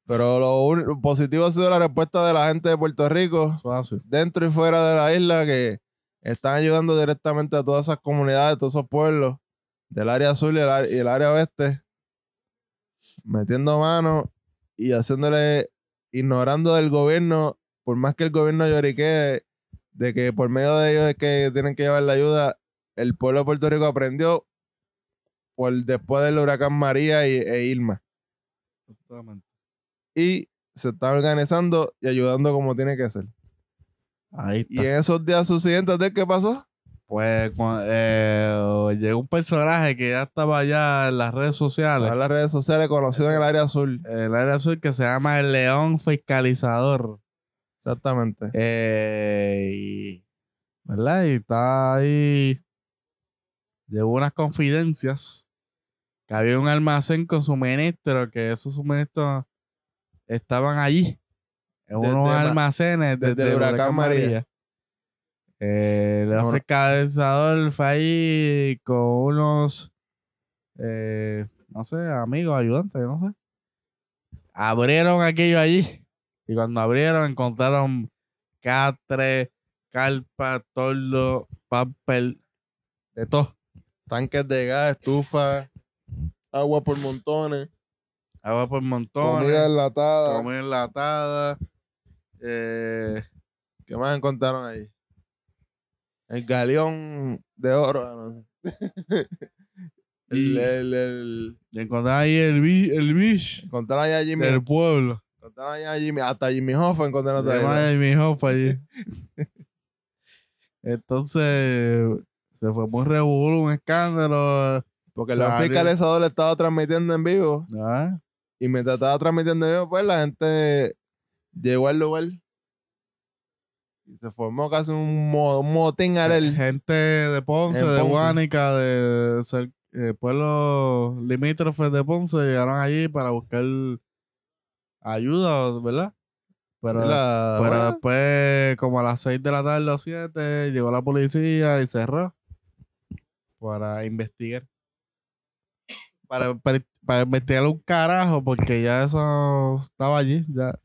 [SPEAKER 3] Pero lo un- lo positivo ha sido la respuesta de la gente de Puerto Rico,
[SPEAKER 2] eso hace.
[SPEAKER 3] dentro y fuera de la isla, que están ayudando directamente a todas esas comunidades, todos esos pueblos del área sur y el, á- y el área oeste, metiendo mano y haciéndole, ignorando del gobierno, por más que el gobierno lloriquee, de que por medio de ellos es que tienen que llevar la ayuda, el pueblo de Puerto Rico aprendió por después del huracán María y, e Irma y se está organizando y ayudando como tiene que ser.
[SPEAKER 2] Ahí
[SPEAKER 3] Y
[SPEAKER 2] está.
[SPEAKER 3] en esos días subsiguientes de qué pasó,
[SPEAKER 2] Pues cu- eh, llegó un personaje que ya estaba allá en las redes sociales.
[SPEAKER 3] a las redes sociales conocidas en el área azul.
[SPEAKER 2] el área azul que se llama el león fiscalizador.
[SPEAKER 3] Exactamente.
[SPEAKER 2] Eh, y- ¿Verdad? Y está ahí. Llevó unas confidencias. Que había un almacén con suministros, que esos suministros estaban allí. En
[SPEAKER 3] Desde
[SPEAKER 2] unos
[SPEAKER 3] ma-
[SPEAKER 2] almacenes desde, el huracán María. Eh, el
[SPEAKER 3] Bueno.
[SPEAKER 2] fiscalizador fue ahí con unos, eh, no sé, amigos, ayudantes, no sé. Abrieron aquello allí. Y cuando abrieron, encontraron catre, carpa, tordo, papel, de todo.
[SPEAKER 3] Tanques de gas, estufa, agua por montones,
[SPEAKER 2] Agua por montones,
[SPEAKER 3] comida
[SPEAKER 2] comida,
[SPEAKER 3] enlatada.
[SPEAKER 2] enlatada. eh,
[SPEAKER 3] ¿Qué más encontraron ahí? El galeón de oro. ah, no sé. el,
[SPEAKER 2] Y-
[SPEAKER 3] el- el-
[SPEAKER 2] y encontraron ahí el, bi- el bicho
[SPEAKER 3] encontraron allá a Jimmy.
[SPEAKER 2] del pueblo.
[SPEAKER 3] encontraron allá a Jimmy. Hasta Jimmy Hoffa encontraron
[SPEAKER 2] De
[SPEAKER 3] allá.
[SPEAKER 2] madre, mi hijo fue allí. Entonces, se fue un revuelo, un
[SPEAKER 3] Ah.
[SPEAKER 2] escándalo.
[SPEAKER 3] Porque los
[SPEAKER 2] Salió.
[SPEAKER 3] fiscalizadores estaba transmitiendo en vivo.
[SPEAKER 2] Ah,
[SPEAKER 3] Y mientras estaba transmitiendo yo, pues la gente llegó al lugar. Y se formó casi un, mo- un motín
[SPEAKER 2] Eh,
[SPEAKER 3] al él.
[SPEAKER 2] Gente de Ponce,
[SPEAKER 3] En
[SPEAKER 2] de
[SPEAKER 3] Ponce.
[SPEAKER 2] Guánica, de cer- eh, pueblos limítrofes de Ponce, llegaron allí para buscar ayuda, ¿verdad? Pero,
[SPEAKER 3] La-
[SPEAKER 2] pero
[SPEAKER 3] bueno,
[SPEAKER 2] después, como a las 6 de la tarde o 7, llegó la policía y cerró para investigar. Para, para, para investigar un carajo, porque ya eso estaba allí, ya.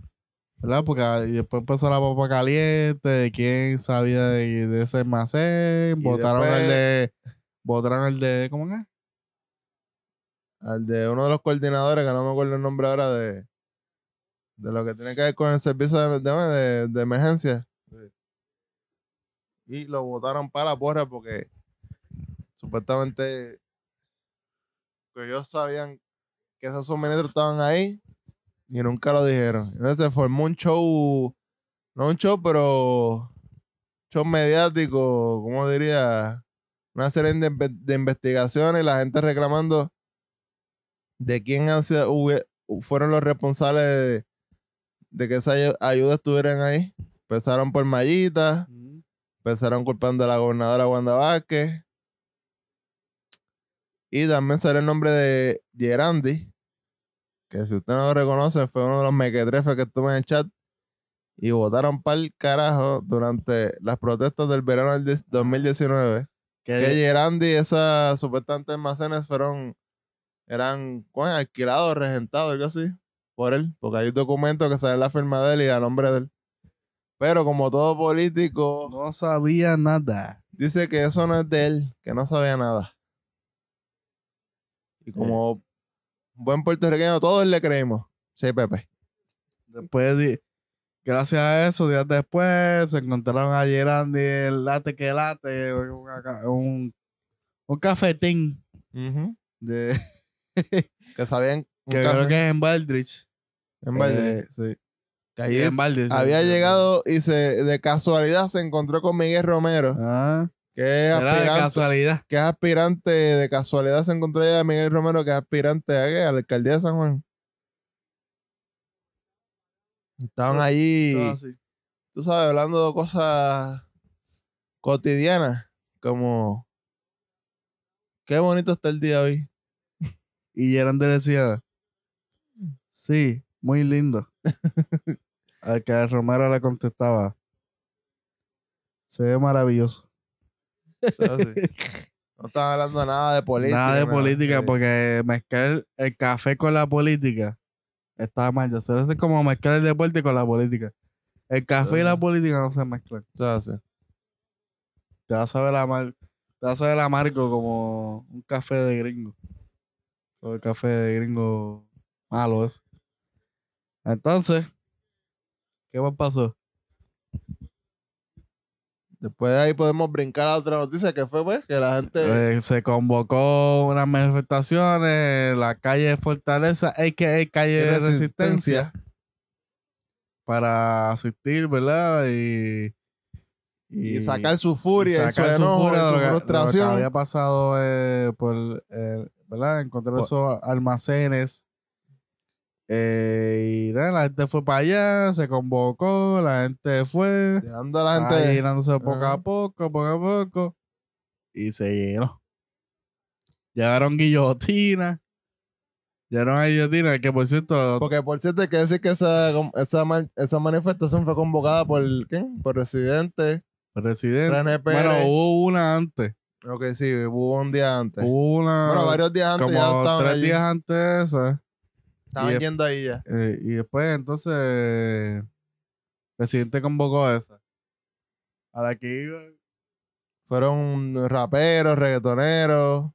[SPEAKER 2] ¿Verdad? Porque
[SPEAKER 3] ah,
[SPEAKER 2] ahí después empezó la papa caliente, de quién sabía de, de ese almacén,
[SPEAKER 3] Y
[SPEAKER 2] votaron
[SPEAKER 3] después-
[SPEAKER 2] el de... Votaron el de... ¿Cómo es?
[SPEAKER 3] al de uno de los coordinadores, que no me acuerdo el nombre ahora, de, de lo que tiene que ver con el servicio de, de- de- de emergencia. Y lo botaron para la porra porque supuestamente que ellos sabían que esos suministros estaban ahí y nunca lo dijeron. Entonces se formó un show, no un show, pero show mediático, ¿cómo diría? Una serie de, inve- de investigaciones y la gente reclamando de quién han sido- hube- fueron los responsables de, de que esas ayu- ayudas estuvieran ahí. Empezaron por Mallita, empezaron culpando a la gobernadora Wanda Vázquez. Y también sale el nombre de Gerandi, que si usted no lo reconoce, fue uno de los mequetrefes que estuvo en el chat. Y votaron para el carajo durante las protestas del verano del dis- 2019.
[SPEAKER 2] Que-
[SPEAKER 3] Que Gerandi y esas supuestamente almacenes fueron, eran ¿cuál? alquilados, regentados, algo así, por él, porque hay documentos que salen la firma de él y a nombre de él. Pero como todo político,
[SPEAKER 2] no sabía nada.
[SPEAKER 3] dice que eso no es de él, que no sabía nada. Y como buen puertorriqueño, todos le creímos. Sí, Pepe.
[SPEAKER 2] Después, di- gracias a eso, días después, se encontraron a Gerandi el late que late, un, aca- un, un cafetín de, que
[SPEAKER 3] Que sabían un
[SPEAKER 2] creo
[SPEAKER 3] café
[SPEAKER 2] que es en Baldrich.
[SPEAKER 3] en Valde.
[SPEAKER 2] Eh, sí.
[SPEAKER 3] Que ahí
[SPEAKER 2] en
[SPEAKER 3] es-
[SPEAKER 2] Baldrich,
[SPEAKER 3] había
[SPEAKER 2] sí, sí.
[SPEAKER 3] llegado y se de casualidad se encontró con Miguel Romero,
[SPEAKER 2] Ah,
[SPEAKER 3] que es
[SPEAKER 2] era de
[SPEAKER 3] aspirante,
[SPEAKER 2] casualidad.
[SPEAKER 3] que es aspirante de casualidad se encontró ya Miguel Romero, que es aspirante a, qué? a la alcaldía de San Juan. Estaban
[SPEAKER 2] Sí,
[SPEAKER 3] allí.
[SPEAKER 2] Todo así.
[SPEAKER 3] tú sabes, hablando de cosas cotidianas, como qué bonito está el día hoy.
[SPEAKER 2] Y Gerandi decía, sí, muy lindo. Al que Romero le contestaba, se ve maravilloso.
[SPEAKER 3] Entonces, no están hablando nada de política.
[SPEAKER 2] Nada de política,
[SPEAKER 3] sí.
[SPEAKER 2] porque mezclar el café con la política está mal. Ya sabes, es como mezclar el deporte con la política. El café y la
[SPEAKER 3] Ujú.
[SPEAKER 2] política no se mezclan.
[SPEAKER 3] Entonces,
[SPEAKER 2] Te vas a ver amar, te vas a ver amargo como un café de gringo. O el café de gringo malo eso. Entonces, ¿qué más pasó?
[SPEAKER 3] Después de ahí podemos brincar a otra noticia que fue pues, que la gente
[SPEAKER 2] Eh, se convocó unas manifestaciones en la calle Fortaleza, a.k.a. calle
[SPEAKER 3] tiene
[SPEAKER 2] de Resistencia. para asistir, ¿verdad? Y,
[SPEAKER 3] y sacar su
[SPEAKER 2] y
[SPEAKER 3] furia, y
[SPEAKER 2] sacar
[SPEAKER 3] su
[SPEAKER 2] su
[SPEAKER 3] enojo,
[SPEAKER 2] furia
[SPEAKER 3] y
[SPEAKER 2] de
[SPEAKER 3] su
[SPEAKER 2] lo que- de lo que
[SPEAKER 3] frustración.
[SPEAKER 2] había pasado eh, por, eh, ¿verdad? Encontrar
[SPEAKER 3] Por-
[SPEAKER 2] esos almacenes. Eh, y nada, la gente fue para allá, se convocó, la gente fue,
[SPEAKER 3] Dejando a la gente.
[SPEAKER 2] estaba llenándose poco a
[SPEAKER 3] Ajá.
[SPEAKER 2] poco, poco a poco, y se llenó. Llegaron guillotinas, llegaron a guillotinas, que por cierto,
[SPEAKER 3] Porque por cierto hay que decir que esa, esa, man- esa manifestación fue convocada por ¿quién? Por residente,
[SPEAKER 2] presidente.
[SPEAKER 3] René Pérez.
[SPEAKER 2] Bueno, hubo una antes.
[SPEAKER 3] Ok, sí, hubo un día antes.
[SPEAKER 2] Hubo una.
[SPEAKER 3] Este. Bueno, varios días antes
[SPEAKER 2] como
[SPEAKER 3] ya estaban
[SPEAKER 2] tres
[SPEAKER 3] allí.
[SPEAKER 2] días antes de esa.
[SPEAKER 3] Estaban
[SPEAKER 2] y es-
[SPEAKER 3] yendo ahí ya.
[SPEAKER 2] eh, y después, entonces. El presidente convocó a esa. A la que iba.
[SPEAKER 3] Fueron raperos, reggaetoneros.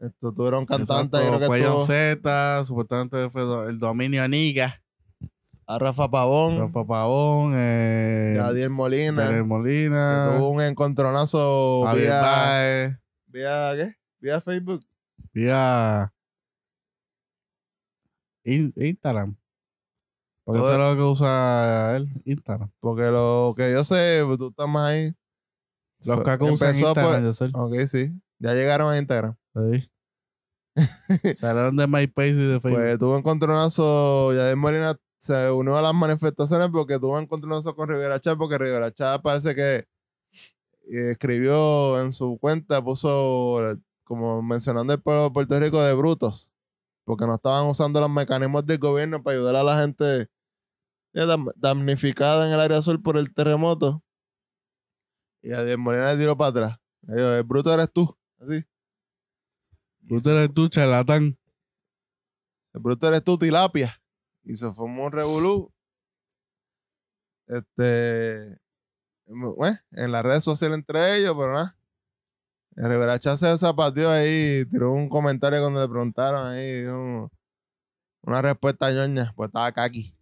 [SPEAKER 3] Esto, tuvieron cantantes,
[SPEAKER 2] Exacto,
[SPEAKER 3] creo que
[SPEAKER 2] fue John
[SPEAKER 3] estuvo
[SPEAKER 2] Z, supuestamente fue do- el dominio Niga.
[SPEAKER 3] a Rafa Pavón,
[SPEAKER 2] Rafa Pavón.
[SPEAKER 3] y
[SPEAKER 2] Eh,
[SPEAKER 3] a Adiel Molina.
[SPEAKER 2] Pérez
[SPEAKER 3] que
[SPEAKER 2] Molina.
[SPEAKER 3] Tuvo un encontronazo
[SPEAKER 2] Javier
[SPEAKER 3] vía,
[SPEAKER 2] Baez.
[SPEAKER 3] vía, ¿qué? Vía Facebook.
[SPEAKER 2] Vía. In- Instagram. Porque
[SPEAKER 3] Todo-
[SPEAKER 2] eso es lo que usa él, Instagram.
[SPEAKER 3] Porque lo que yo sé, tú estás más ahí.
[SPEAKER 2] Los
[SPEAKER 3] Fue-
[SPEAKER 2] cacos usan
[SPEAKER 3] empezó pues,
[SPEAKER 2] Instagram,
[SPEAKER 3] por-
[SPEAKER 2] yo sé.
[SPEAKER 3] Ok, sí. Ya llegaron a Instagram.
[SPEAKER 2] Sí. Salieron de MySpace y de Facebook.
[SPEAKER 3] Pues tuvo un encontronazo. Yadier Molina se unió a las manifestaciones porque tuvo un encontronazo con Rivera Chá. Porque Rivera Chá parece que eh, escribió en su cuenta, puso eh, como mencionando el pueblo de Puerto Rico de brutos. Porque no estaban usando los mecanismos del gobierno para ayudar a la gente ya dam- damnificada en el área sur por el terremoto. Y Yadier Molina le tiró para atrás. Le dijo, el bruto eres tú. Así.
[SPEAKER 2] tú eres tú, charlatán.
[SPEAKER 3] El bruto eres tú, tilapia. Y se formó un revolú. Este. Bueno, en las redes sociales entre ellos, pero nada. El Riveracha se zapateó ahí, tiró un comentario cuando le preguntaron ahí, dijo un- una respuesta ñoña, pues estaba caqui.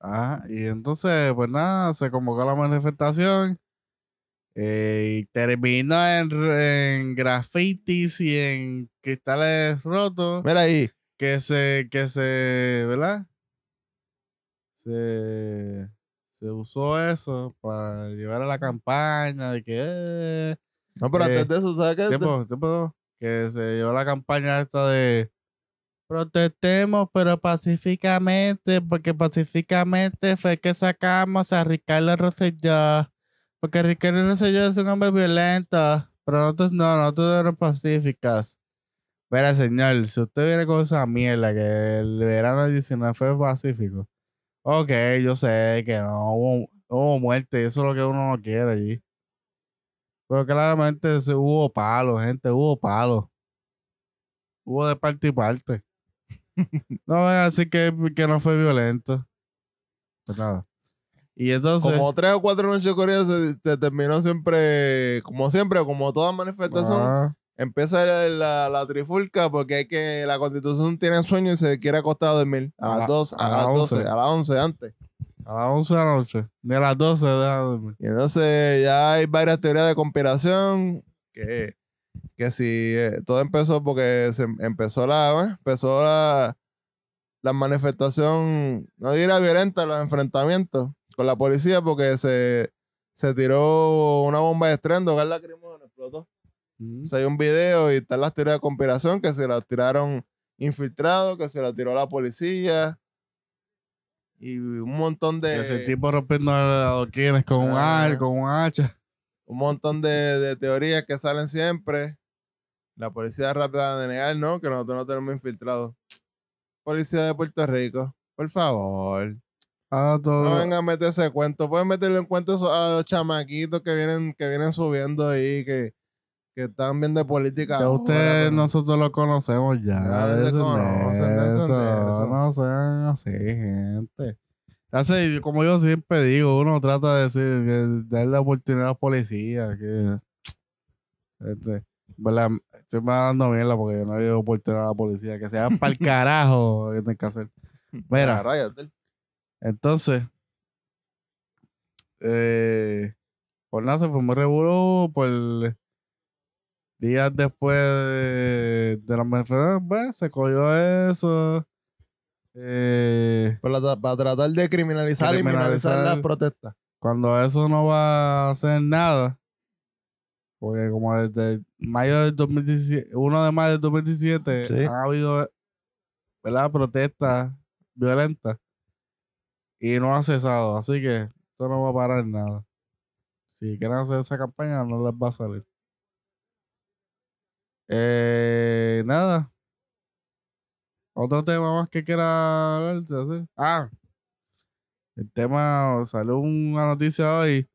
[SPEAKER 2] Ajá. Ah, Y entonces, pues nada, se convocó la manifestación. eh, y terminó en, en grafitis y en cristales rotos.
[SPEAKER 3] Mira ahí,
[SPEAKER 2] Que se, que se, ¿verdad? Se, se usó eso para llevar a la campaña de que. eh,
[SPEAKER 3] no, pero
[SPEAKER 2] Eh,
[SPEAKER 3] antes de eso, ¿sabes qué?
[SPEAKER 2] tiempo, tiempo, que se llevó la campaña esta de protestemos pero pacíficamente porque pacíficamente fue que sacamos a Ricardo Rosselló porque Ricardo Rosselló es un hombre violento pero nosotros no, nosotros éramos pacíficas Mira, señor, si usted viene con esa mierda que el verano del 19 fue pacífico, ok, yo sé que no hubo, hubo muerte, eso es lo que uno no quiere allí. Pero claramente se- hubo palos, gente, hubo palos. Hubo de parte y parte. no voy a decir que, que no fue violento. Pues nada. Y entonces.
[SPEAKER 3] Como tres o cuatro noches corridas se, se terminó siempre, como siempre, como toda manifestación,
[SPEAKER 2] Ah,
[SPEAKER 3] Empieza la, la, la trifulca porque hay que la constitución tiene sueño y se quiere acostar a dormir.
[SPEAKER 2] A
[SPEAKER 3] A
[SPEAKER 2] la-
[SPEAKER 3] las 2,
[SPEAKER 2] a
[SPEAKER 3] a,
[SPEAKER 2] las
[SPEAKER 3] las 12,
[SPEAKER 2] 11.
[SPEAKER 3] a las 11 antes.
[SPEAKER 2] A las 11 de la noche. De las 12 deja de dormir.
[SPEAKER 3] Y entonces ya hay varias teorías de conspiración que, que si eh, todo empezó porque se em- empezó la ¿cómo es? empezó la, la manifestación, no diría violenta, los enfrentamientos con la policía porque se, se tiró una bomba de estrendo, gas lacrimógeno, explotó. O sea, hay un video y están las teorías de conspiración que se las tiraron infiltrados, que se las tiró la policía y un montón de...
[SPEAKER 2] Que ese tipo rompiendo adoquines con un
[SPEAKER 3] Ah.
[SPEAKER 2] ar, con un hacha.
[SPEAKER 3] un montón de, de teorías que salen siempre. La policía rápida de negar, no, que nosotros no tenemos infiltrados. Policía de Puerto Rico, por favor.
[SPEAKER 2] Ah, todo.
[SPEAKER 3] No vengan a meterse de cuento. Pueden meterle en cuento eso a los chamaquitos que vienen, que vienen subiendo ahí, que, que están bien de política.
[SPEAKER 2] Ya
[SPEAKER 3] ahora,
[SPEAKER 2] ustedes,
[SPEAKER 3] pero-
[SPEAKER 2] nosotros lo conocemos ya.
[SPEAKER 3] Ya
[SPEAKER 2] dejen
[SPEAKER 3] se
[SPEAKER 2] de
[SPEAKER 3] conocen, dejen de
[SPEAKER 2] eso,
[SPEAKER 3] eso.
[SPEAKER 2] No sean así, gente. Así, como yo siempre digo, uno trata de decir, que darle oportunidad a los policías. Que, este, ¿verdad? Estoy me dando mierda porque yo no le doy oportunidad a la policía. Que sean para el carajo que tienen que hacer.
[SPEAKER 3] Ah,
[SPEAKER 2] Mira,
[SPEAKER 3] Arráyate.
[SPEAKER 2] entonces, eh, por nada se formó revolú, por días después de, de la enfermedad, pues, se cogió eso. Eh,
[SPEAKER 3] Para, tra- para tratar de criminalizar, y
[SPEAKER 2] Criminalizar.
[SPEAKER 3] minimizar las protestas.
[SPEAKER 2] cuando eso no va a hacer nada, porque como desde mayo del 2017, 1 de mayo del 2017,
[SPEAKER 3] Sí.
[SPEAKER 2] han habido ¿verdad? protestas violentas y no ha cesado, así que esto no va a parar nada. Si quieren hacer esa campaña, no les va a salir. Eh, nada. Otro tema más que quiera hablarse, así. Ah, el tema, salió una noticia hoy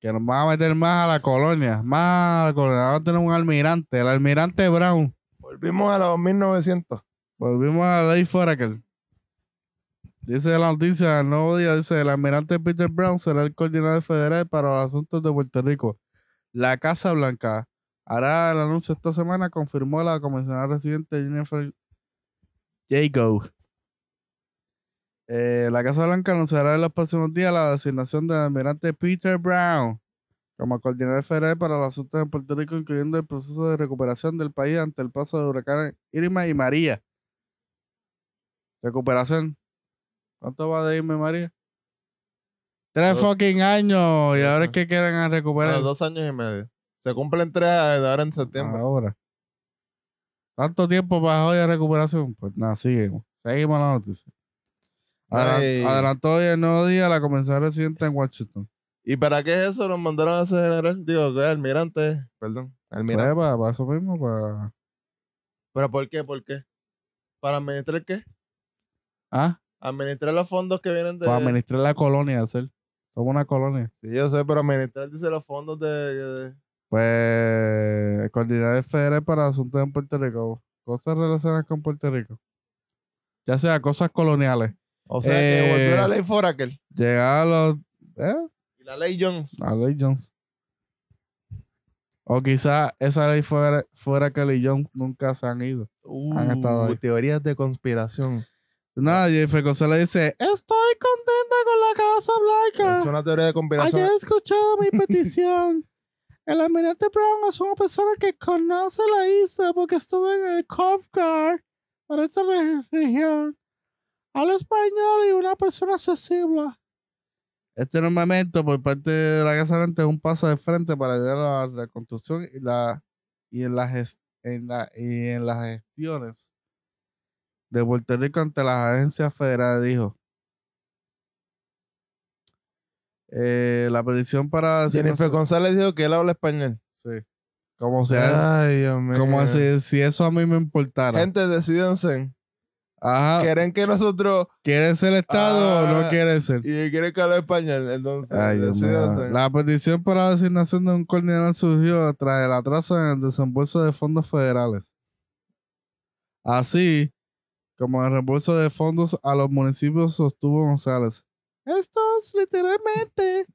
[SPEAKER 2] que nos van a meter más a la colonia, más a la colonia. Vamos a tener un almirante, el almirante Brown.
[SPEAKER 3] Volvimos a los 1900.
[SPEAKER 2] Volvimos a la ley Foraker. Dice la noticia, el nuevo día, dice, el almirante Peter Brown será el coordinador federal para los asuntos de Puerto Rico. La Casa Blanca hará el anuncio esta semana, confirmó la comisionada residente Jennifer Jago. Eh, la Casa Blanca anunciará en los próximos días la designación del almirante Peter Brown como coordinador federal para los asuntos de Puerto Rico, incluyendo el proceso de recuperación del país ante el paso de huracanes Irma y María. Recuperación. ¿Cuánto va de Irma y María? Tres
[SPEAKER 3] Dos.
[SPEAKER 2] fucking años. Y
[SPEAKER 3] Ajá.
[SPEAKER 2] ahora es
[SPEAKER 3] Ah,
[SPEAKER 2] que quieren a
[SPEAKER 3] Bueno,
[SPEAKER 2] recuperar.
[SPEAKER 3] dos años y medio. Se cumplen tres ahora en septiembre.
[SPEAKER 2] Ahora. Tanto tiempo para hoy de recuperación. Pues nada, seguimos. Seguimos la noticia. Adelan-
[SPEAKER 3] Ey.
[SPEAKER 2] adelantó hoy el nuevo día la comenzada residente en Washington.
[SPEAKER 3] ¿Y para qué es eso? Nos mandaron a ese general, digo, que es almirante, perdón, almirante.
[SPEAKER 2] Pues, para, para eso mismo, para.
[SPEAKER 3] ¿Pero por qué? ¿Por qué? ¿Para administrar qué?
[SPEAKER 2] Ah,
[SPEAKER 3] Administrar los fondos que vienen de...
[SPEAKER 2] para administrar la colonia, hacer. Somos una colonia.
[SPEAKER 3] Sí, yo sé, pero administrar dice los fondos de... de-
[SPEAKER 2] Pues. el Coordinador federal para asuntos en Puerto Rico. Cosas relacionadas con Puerto Rico. Ya sea cosas coloniales.
[SPEAKER 3] O sea,
[SPEAKER 2] Eh.
[SPEAKER 3] que volvió la ley Foraker
[SPEAKER 2] Llegar a los. ¿eh?
[SPEAKER 3] y la ley Jones.
[SPEAKER 2] A Lee Jones. O quizá esa ley fuera, fuera que Lee Jones nunca se han ido. Han estado ahí.
[SPEAKER 3] Uh, teorías de conspiración.
[SPEAKER 2] Nada, Jennifer González dice, estoy contenta con la Casa
[SPEAKER 3] Es
[SPEAKER 2] Blanca.
[SPEAKER 3] una teoría de conspiración.
[SPEAKER 2] Ayer he escuchado mi petición. El almirante Brown es una persona que conoce la isla porque estuvo en el Coast Guard para esa re- región. Habla español y una persona accesible. Este nombramiento por parte de la Casa Blanca es un paso de frente para ayudar a la reconstrucción y, la, y, en, la ges- en la- y en las gestiones de Puerto Rico ante las agencias federales, dijo. Eh, la petición para...
[SPEAKER 3] Jennifer González dijo que él habla español.
[SPEAKER 2] Sí. Como sea,
[SPEAKER 3] Ay, Dios mío.
[SPEAKER 2] como si, si eso a mí me importara.
[SPEAKER 3] Gente, decidense.
[SPEAKER 2] Ajá,
[SPEAKER 3] ¿Quieren que nosotros...
[SPEAKER 2] ¿quiere ser Estado o no
[SPEAKER 3] Ah.
[SPEAKER 2] quiere ser?
[SPEAKER 3] Y quieren que hable español, entonces...
[SPEAKER 2] Ay, Dios mío.
[SPEAKER 3] decídanse.
[SPEAKER 2] La petición para la designación de un coordinador surgió tras el atraso en el desembolso de fondos federales. Así como el reembolso de fondos a los municipios sostuvo González. Esto es literalmente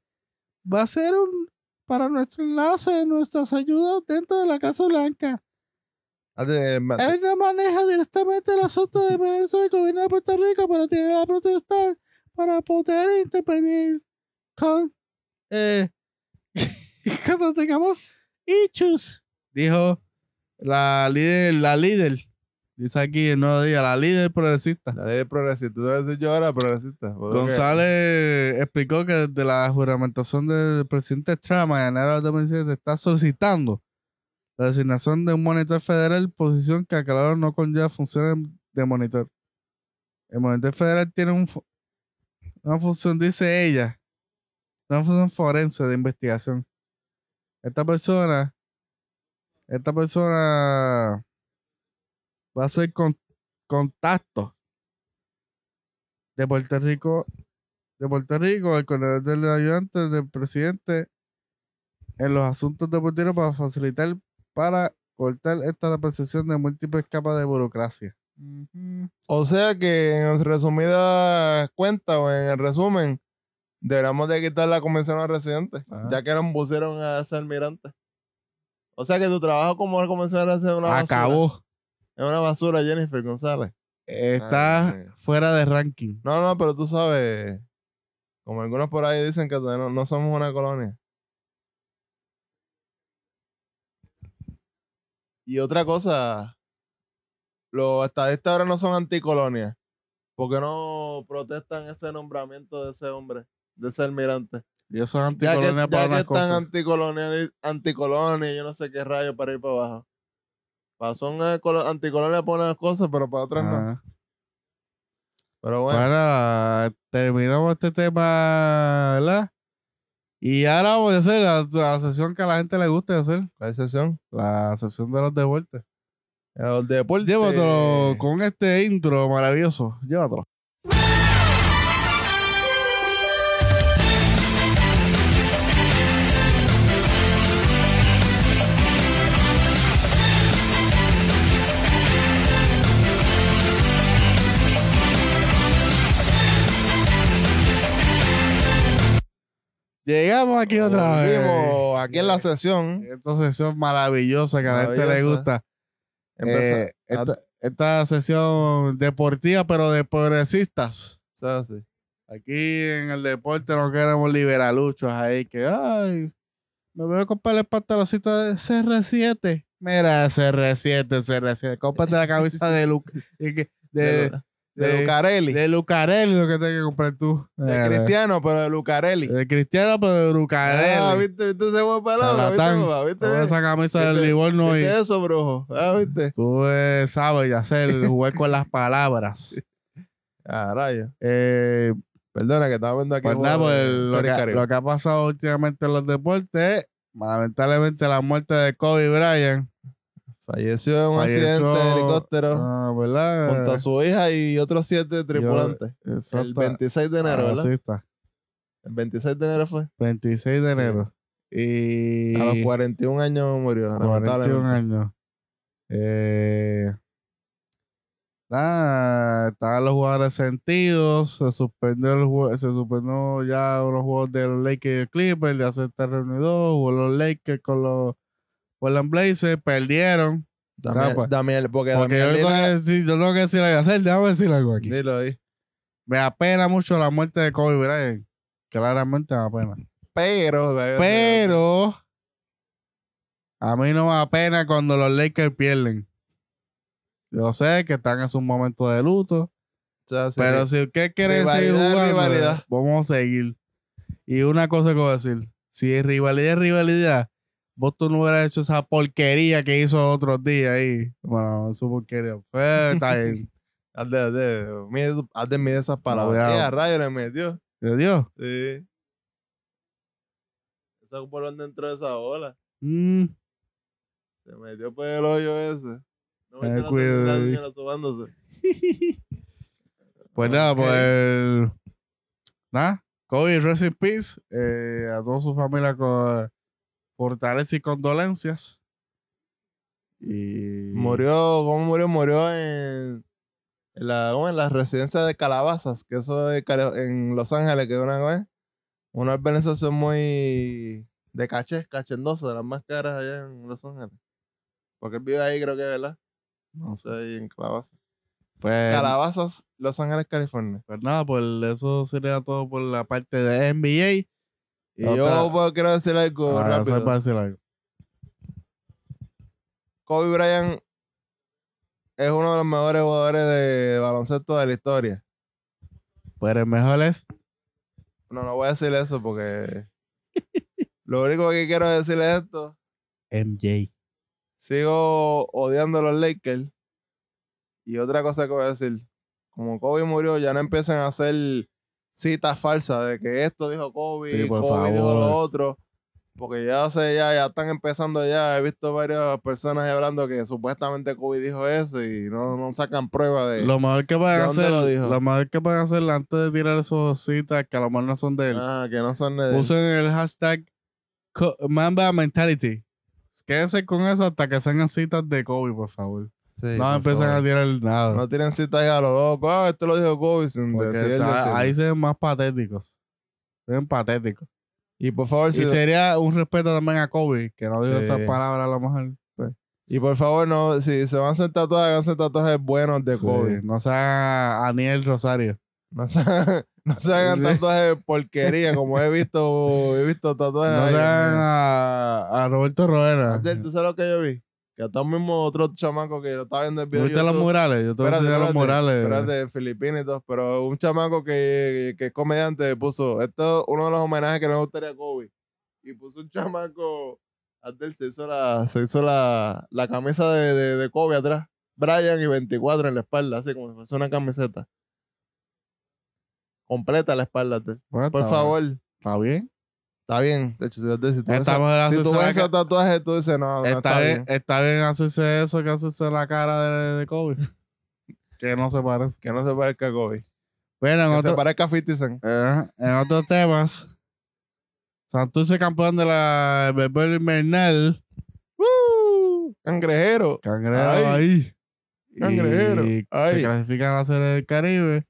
[SPEAKER 2] va a ser un para nuestro enlace de nuestras ayudas dentro de la Casa Blanca.
[SPEAKER 3] Ah, de- ma-
[SPEAKER 2] Él no maneja directamente el asunto de emergencia del gobierno de Puerto Rico, pero tiene la protesta para poder intervenir con. Eh, cuando tengamos issues, dijo la líder. La líder. Dice aquí el nuevo día, la líder progresista.
[SPEAKER 3] La ley de progresista. Tú debes decir yo ahora progresista. porque-
[SPEAKER 2] González explicó que desde la juramentación del presidente Trump en enero de 2017 está solicitando la designación de un monitor federal, posición que aclaro no conlleva funciones de monitor. El monitor federal tiene un fu- una función, dice ella, una función forense de investigación. Esta persona, esta persona va a hacer con- contacto de Puerto Rico, de Puerto Rico, el coronel del ayudante del presidente en los asuntos deportivos para facilitar, para cortar esta percepción de múltiples capas de burocracia.
[SPEAKER 3] O sea que en resumida cuenta o en el resumen, deberíamos de quitar la convención a residentes,
[SPEAKER 2] Ajá.
[SPEAKER 3] ya que nos pusieron a ser almirante. O sea que tu trabajo como convención a residentes es una basura.
[SPEAKER 2] Acabó.
[SPEAKER 3] Es una basura, Jennifer González.
[SPEAKER 2] Está
[SPEAKER 3] Ay, Dios mío.
[SPEAKER 2] fuera de ranking.
[SPEAKER 3] No, no, pero tú sabes, como algunos por ahí dicen que todavía no, no somos una colonia. Y otra cosa, los estadistas ahora no son anticolonia. ¿Por qué no protestan ese nombramiento de ese hombre, de ese almirante?
[SPEAKER 2] Y eso es
[SPEAKER 3] Ya que,
[SPEAKER 2] anticolonia para
[SPEAKER 3] ya que
[SPEAKER 2] una
[SPEAKER 3] están
[SPEAKER 2] cosa.
[SPEAKER 3] anticolonia, anticolonia, yo no sé qué rayos para ir para abajo. Pa- Son eh, colo- anticolonia para unas cosas, pero para otras no.
[SPEAKER 2] Ajá.
[SPEAKER 3] Pero bueno.
[SPEAKER 2] Bueno, terminamos este tema, ¿verdad? Y ahora vamos a hacer la, la sesión que a la gente le gusta hacer,
[SPEAKER 3] ¿Cuál sesión?
[SPEAKER 2] la sesión de los deportes.
[SPEAKER 3] El deporte.
[SPEAKER 2] Llévatelo con este intro maravilloso. Llévatelo. Llegamos aquí otra vez. Eh,
[SPEAKER 3] Volvimos aquí en la sesión.
[SPEAKER 2] Esta sesión maravillosa que a la gente le
[SPEAKER 3] Maravillosa.
[SPEAKER 2] gusta.
[SPEAKER 3] Empezó.
[SPEAKER 2] Eh, esta, esta sesión deportiva, pero de progresistas.
[SPEAKER 3] se hace.
[SPEAKER 2] Aquí en el deporte no queremos liberaluchos ahí que, ay, me voy a comprar el pantaloncito de CR7. Mira, CR7, CR7. Cómprate la camisa de, Lu- y que- de,
[SPEAKER 3] de, de,
[SPEAKER 2] de-
[SPEAKER 3] Lucarelli. De,
[SPEAKER 2] de Lucarelli, lo que tengas que comprar tú. Eh,
[SPEAKER 3] Cristiano, pero de Lucarelli.
[SPEAKER 2] de Cristiano, pero de
[SPEAKER 3] Ah,
[SPEAKER 2] Lucarelli.
[SPEAKER 3] ¿viste, viste ese buen palabra? ¿Viste,
[SPEAKER 2] Charlatán.
[SPEAKER 3] papá? ¿Viste,
[SPEAKER 2] Toda esa camisa del
[SPEAKER 3] ¿Viste?
[SPEAKER 2] Livorno y
[SPEAKER 3] ¿Viste eso, brujo? Ah, ¿viste?
[SPEAKER 2] tú eh, sabes hacer, jugar con las palabras.
[SPEAKER 3] Ah, rayo.
[SPEAKER 2] Eh,
[SPEAKER 3] Perdona que estaba viendo aquí.
[SPEAKER 2] pues
[SPEAKER 3] el
[SPEAKER 2] nada,
[SPEAKER 3] juego
[SPEAKER 2] pues,
[SPEAKER 3] de
[SPEAKER 2] lo,
[SPEAKER 3] Serie
[SPEAKER 2] que,
[SPEAKER 3] Caribe.
[SPEAKER 2] lo que ha pasado últimamente en los deportes es, lamentablemente, la muerte de Kobe Bryant,
[SPEAKER 3] Falleció en un
[SPEAKER 2] Falleció-
[SPEAKER 3] accidente de helicóptero
[SPEAKER 2] Ah,
[SPEAKER 3] junto a
[SPEAKER 2] ¿verdad?
[SPEAKER 3] su hija y otros siete tripulantes.
[SPEAKER 2] Exacto.
[SPEAKER 3] el 26 de enero,
[SPEAKER 2] Ah,
[SPEAKER 3] ¿verdad?
[SPEAKER 2] sí está.
[SPEAKER 3] El 26 de enero fue.
[SPEAKER 2] 26 de
[SPEAKER 3] Sí.
[SPEAKER 2] enero. Y
[SPEAKER 3] A los 41 años murió.
[SPEAKER 2] 41
[SPEAKER 3] lamentablemente.
[SPEAKER 2] años. Eh, nada, estaban los jugadores sentidos, se suspendió el jue- se suspendió ya unos juegos de los Lakers y el Clippers, ya se está reunido, jugó los Lakers con los Portland Blazers, perdieron.
[SPEAKER 3] Damián,
[SPEAKER 2] Ah, pues.
[SPEAKER 3] Damián- porque,
[SPEAKER 2] Porque yo
[SPEAKER 3] Damián
[SPEAKER 2] tengo,
[SPEAKER 3] Lillard-
[SPEAKER 2] que decir, yo tengo que decir algo, hacer, déjame decir algo aquí.
[SPEAKER 3] Dilo ahí.
[SPEAKER 2] Me apena mucho la muerte de Kobe Bryant, claramente me apena.
[SPEAKER 3] Pero,
[SPEAKER 2] Pero a mí no me apena cuando los Lakers pierden. Yo sé que están en su momento de luto,
[SPEAKER 3] O sea, sí.
[SPEAKER 2] pero si ustedes quieren seguir
[SPEAKER 3] Rivalidad,
[SPEAKER 2] jugando,
[SPEAKER 3] rivalidad.
[SPEAKER 2] vamos a seguir. Y una cosa que voy a decir, si es rivalidad es rivalidad, vos tú no hubieras hecho esa porquería que hizo otros días ahí. Bueno, no es su porquería, pero está bien.
[SPEAKER 3] Haz de, haz de- mide- haz de medir esas palabras.
[SPEAKER 2] Cuidado.
[SPEAKER 3] Mira, rayo le metió.
[SPEAKER 2] De Dios.
[SPEAKER 3] Sí. Esa bolón dentro de esa bola.
[SPEAKER 2] Mm,
[SPEAKER 3] Se metió por el hoyo ese. No
[SPEAKER 2] Ay,
[SPEAKER 3] viste la
[SPEAKER 2] cuidado
[SPEAKER 3] señora- la
[SPEAKER 2] ahí.
[SPEAKER 3] señora subándose.
[SPEAKER 2] Pues nada,
[SPEAKER 3] Ok.
[SPEAKER 2] pues. el- Nada. Kobe, rest in peace. eh, a toda su familia con fortaleza y condolencias. Y.
[SPEAKER 3] Murió, ¿cómo murió? Murió en, en la, ¿cómo? en la residencia de Calabazas, que eso es Cali- en Los Ángeles, que es una, ¿cómo es? una organización muy de caché, cachendoso, de las más caras allá en Los Ángeles. Porque él vive ahí, creo que, ¿verdad?
[SPEAKER 2] No
[SPEAKER 3] No sé, ahí en Calabazas.
[SPEAKER 2] Pues,
[SPEAKER 3] Calabazas, Los Ángeles, California.
[SPEAKER 2] pues nada, pues eso sería todo por la parte de NBA.
[SPEAKER 3] Y
[SPEAKER 2] otra-
[SPEAKER 3] yo puedo- quiero decir algo
[SPEAKER 2] Ahora se
[SPEAKER 3] rápido.
[SPEAKER 2] va a decir algo.
[SPEAKER 3] Kobe Bryant es uno de los mejores jugadores de baloncesto de la historia.
[SPEAKER 2] Pero Pues, el mejor es.
[SPEAKER 3] No, no voy a decir eso porque lo único que quiero decir es esto.
[SPEAKER 2] MJ.
[SPEAKER 3] Sigo odiando a los Lakers. Y otra cosa que voy a decir. Como Kobe murió, ya no empiecen a hacer citas falsas de que esto dijo Kobe,
[SPEAKER 2] Sí, por
[SPEAKER 3] Kobe dijo
[SPEAKER 2] favor.
[SPEAKER 3] lo otro. Porque ya sé, ya, ya están empezando ya. He visto varias personas ahí hablando que supuestamente Kobe dijo eso y no, no sacan prueba de
[SPEAKER 2] Lo mejor que pueden
[SPEAKER 3] ¿De dónde
[SPEAKER 2] hacer,
[SPEAKER 3] lo dijo?
[SPEAKER 2] lo, mejor que pueden hacer antes de tirar esos citas que a lo mejor no son de él,
[SPEAKER 3] Ah, que no son de
[SPEAKER 2] usen el hashtag Co- Mamba Mentality. Quédense con eso hasta que salgan citas de Kobe, por favor.
[SPEAKER 3] Sí,
[SPEAKER 2] no
[SPEAKER 3] por
[SPEAKER 2] empiezan a
[SPEAKER 3] favor.
[SPEAKER 2] tirar nada.
[SPEAKER 3] No tienen citas ahí a los locos. Ah, esto lo dijo Kobe sin
[SPEAKER 2] Ah. porque
[SPEAKER 3] decir,
[SPEAKER 2] o sea,
[SPEAKER 3] decir.
[SPEAKER 2] ah, ahí se ven más patéticos. Se ven patéticos.
[SPEAKER 3] Y por favor, si
[SPEAKER 2] y sería un respeto también a Kobe, que no dijo
[SPEAKER 3] Sí.
[SPEAKER 2] esas palabras a lo mejor.
[SPEAKER 3] Y por favor, no, si se van a hacer tatuajes, háganse tatuajes buenos de
[SPEAKER 2] Kobe.
[SPEAKER 3] Kobe.
[SPEAKER 2] No sea Aniel Rosario.
[SPEAKER 3] No se, no se hagan
[SPEAKER 2] Sí.
[SPEAKER 3] tatuajes de porquería, como he visto, he visto tatuajes.
[SPEAKER 2] No
[SPEAKER 3] ahí,
[SPEAKER 2] sean
[SPEAKER 3] mira.
[SPEAKER 2] a, a Roberto Roena.
[SPEAKER 3] Abdel, ¿Tú sabes lo que yo vi? Que hasta un mismo otro chamaco que lo estaba viendo el video. de
[SPEAKER 2] ¿Viste los
[SPEAKER 3] YouTube.
[SPEAKER 2] murales? Yo te voy a enseñar los murales.
[SPEAKER 3] espérate, en Filipinas y todo, pero un chamaco que, que es comediante puso, esto es uno de los homenajes que le gustaría a Kobe, y puso un chamaco, Abdel se hizo la, se hizo la, la camisa de, de, de Kobe atrás, Brian y 24 en la espalda, así como si fuese una camiseta. Completa la espalda, Abdel.
[SPEAKER 2] Bueno,
[SPEAKER 3] Por
[SPEAKER 2] está
[SPEAKER 3] favor,
[SPEAKER 2] bien. Está bien.
[SPEAKER 3] está bien, de hecho, si, Abdel, si tú ves,
[SPEAKER 2] Esta mujer
[SPEAKER 3] si
[SPEAKER 2] hace
[SPEAKER 3] tú ves
[SPEAKER 2] esa-
[SPEAKER 3] ese tatuaje, tú dices, no, no
[SPEAKER 2] está,
[SPEAKER 3] está
[SPEAKER 2] bien,
[SPEAKER 3] bien.
[SPEAKER 2] está bien hacerse eso que hacerse la cara de, de Kobe. que no se parece.
[SPEAKER 3] Que no se parezca a Kobe.
[SPEAKER 2] Bueno, en,
[SPEAKER 3] Que se
[SPEAKER 2] otro-
[SPEAKER 3] parezca a 50 Cent.
[SPEAKER 2] eh, en otros temas, Santurce campeón de la Bebel Invernal.
[SPEAKER 3] ¡Woo! Cangrejero.
[SPEAKER 2] Cangrejo
[SPEAKER 3] Ay.
[SPEAKER 2] ahí.
[SPEAKER 3] Cangrejero.
[SPEAKER 2] Y se
[SPEAKER 3] Ay.
[SPEAKER 2] clasifican a hacer el Caribe.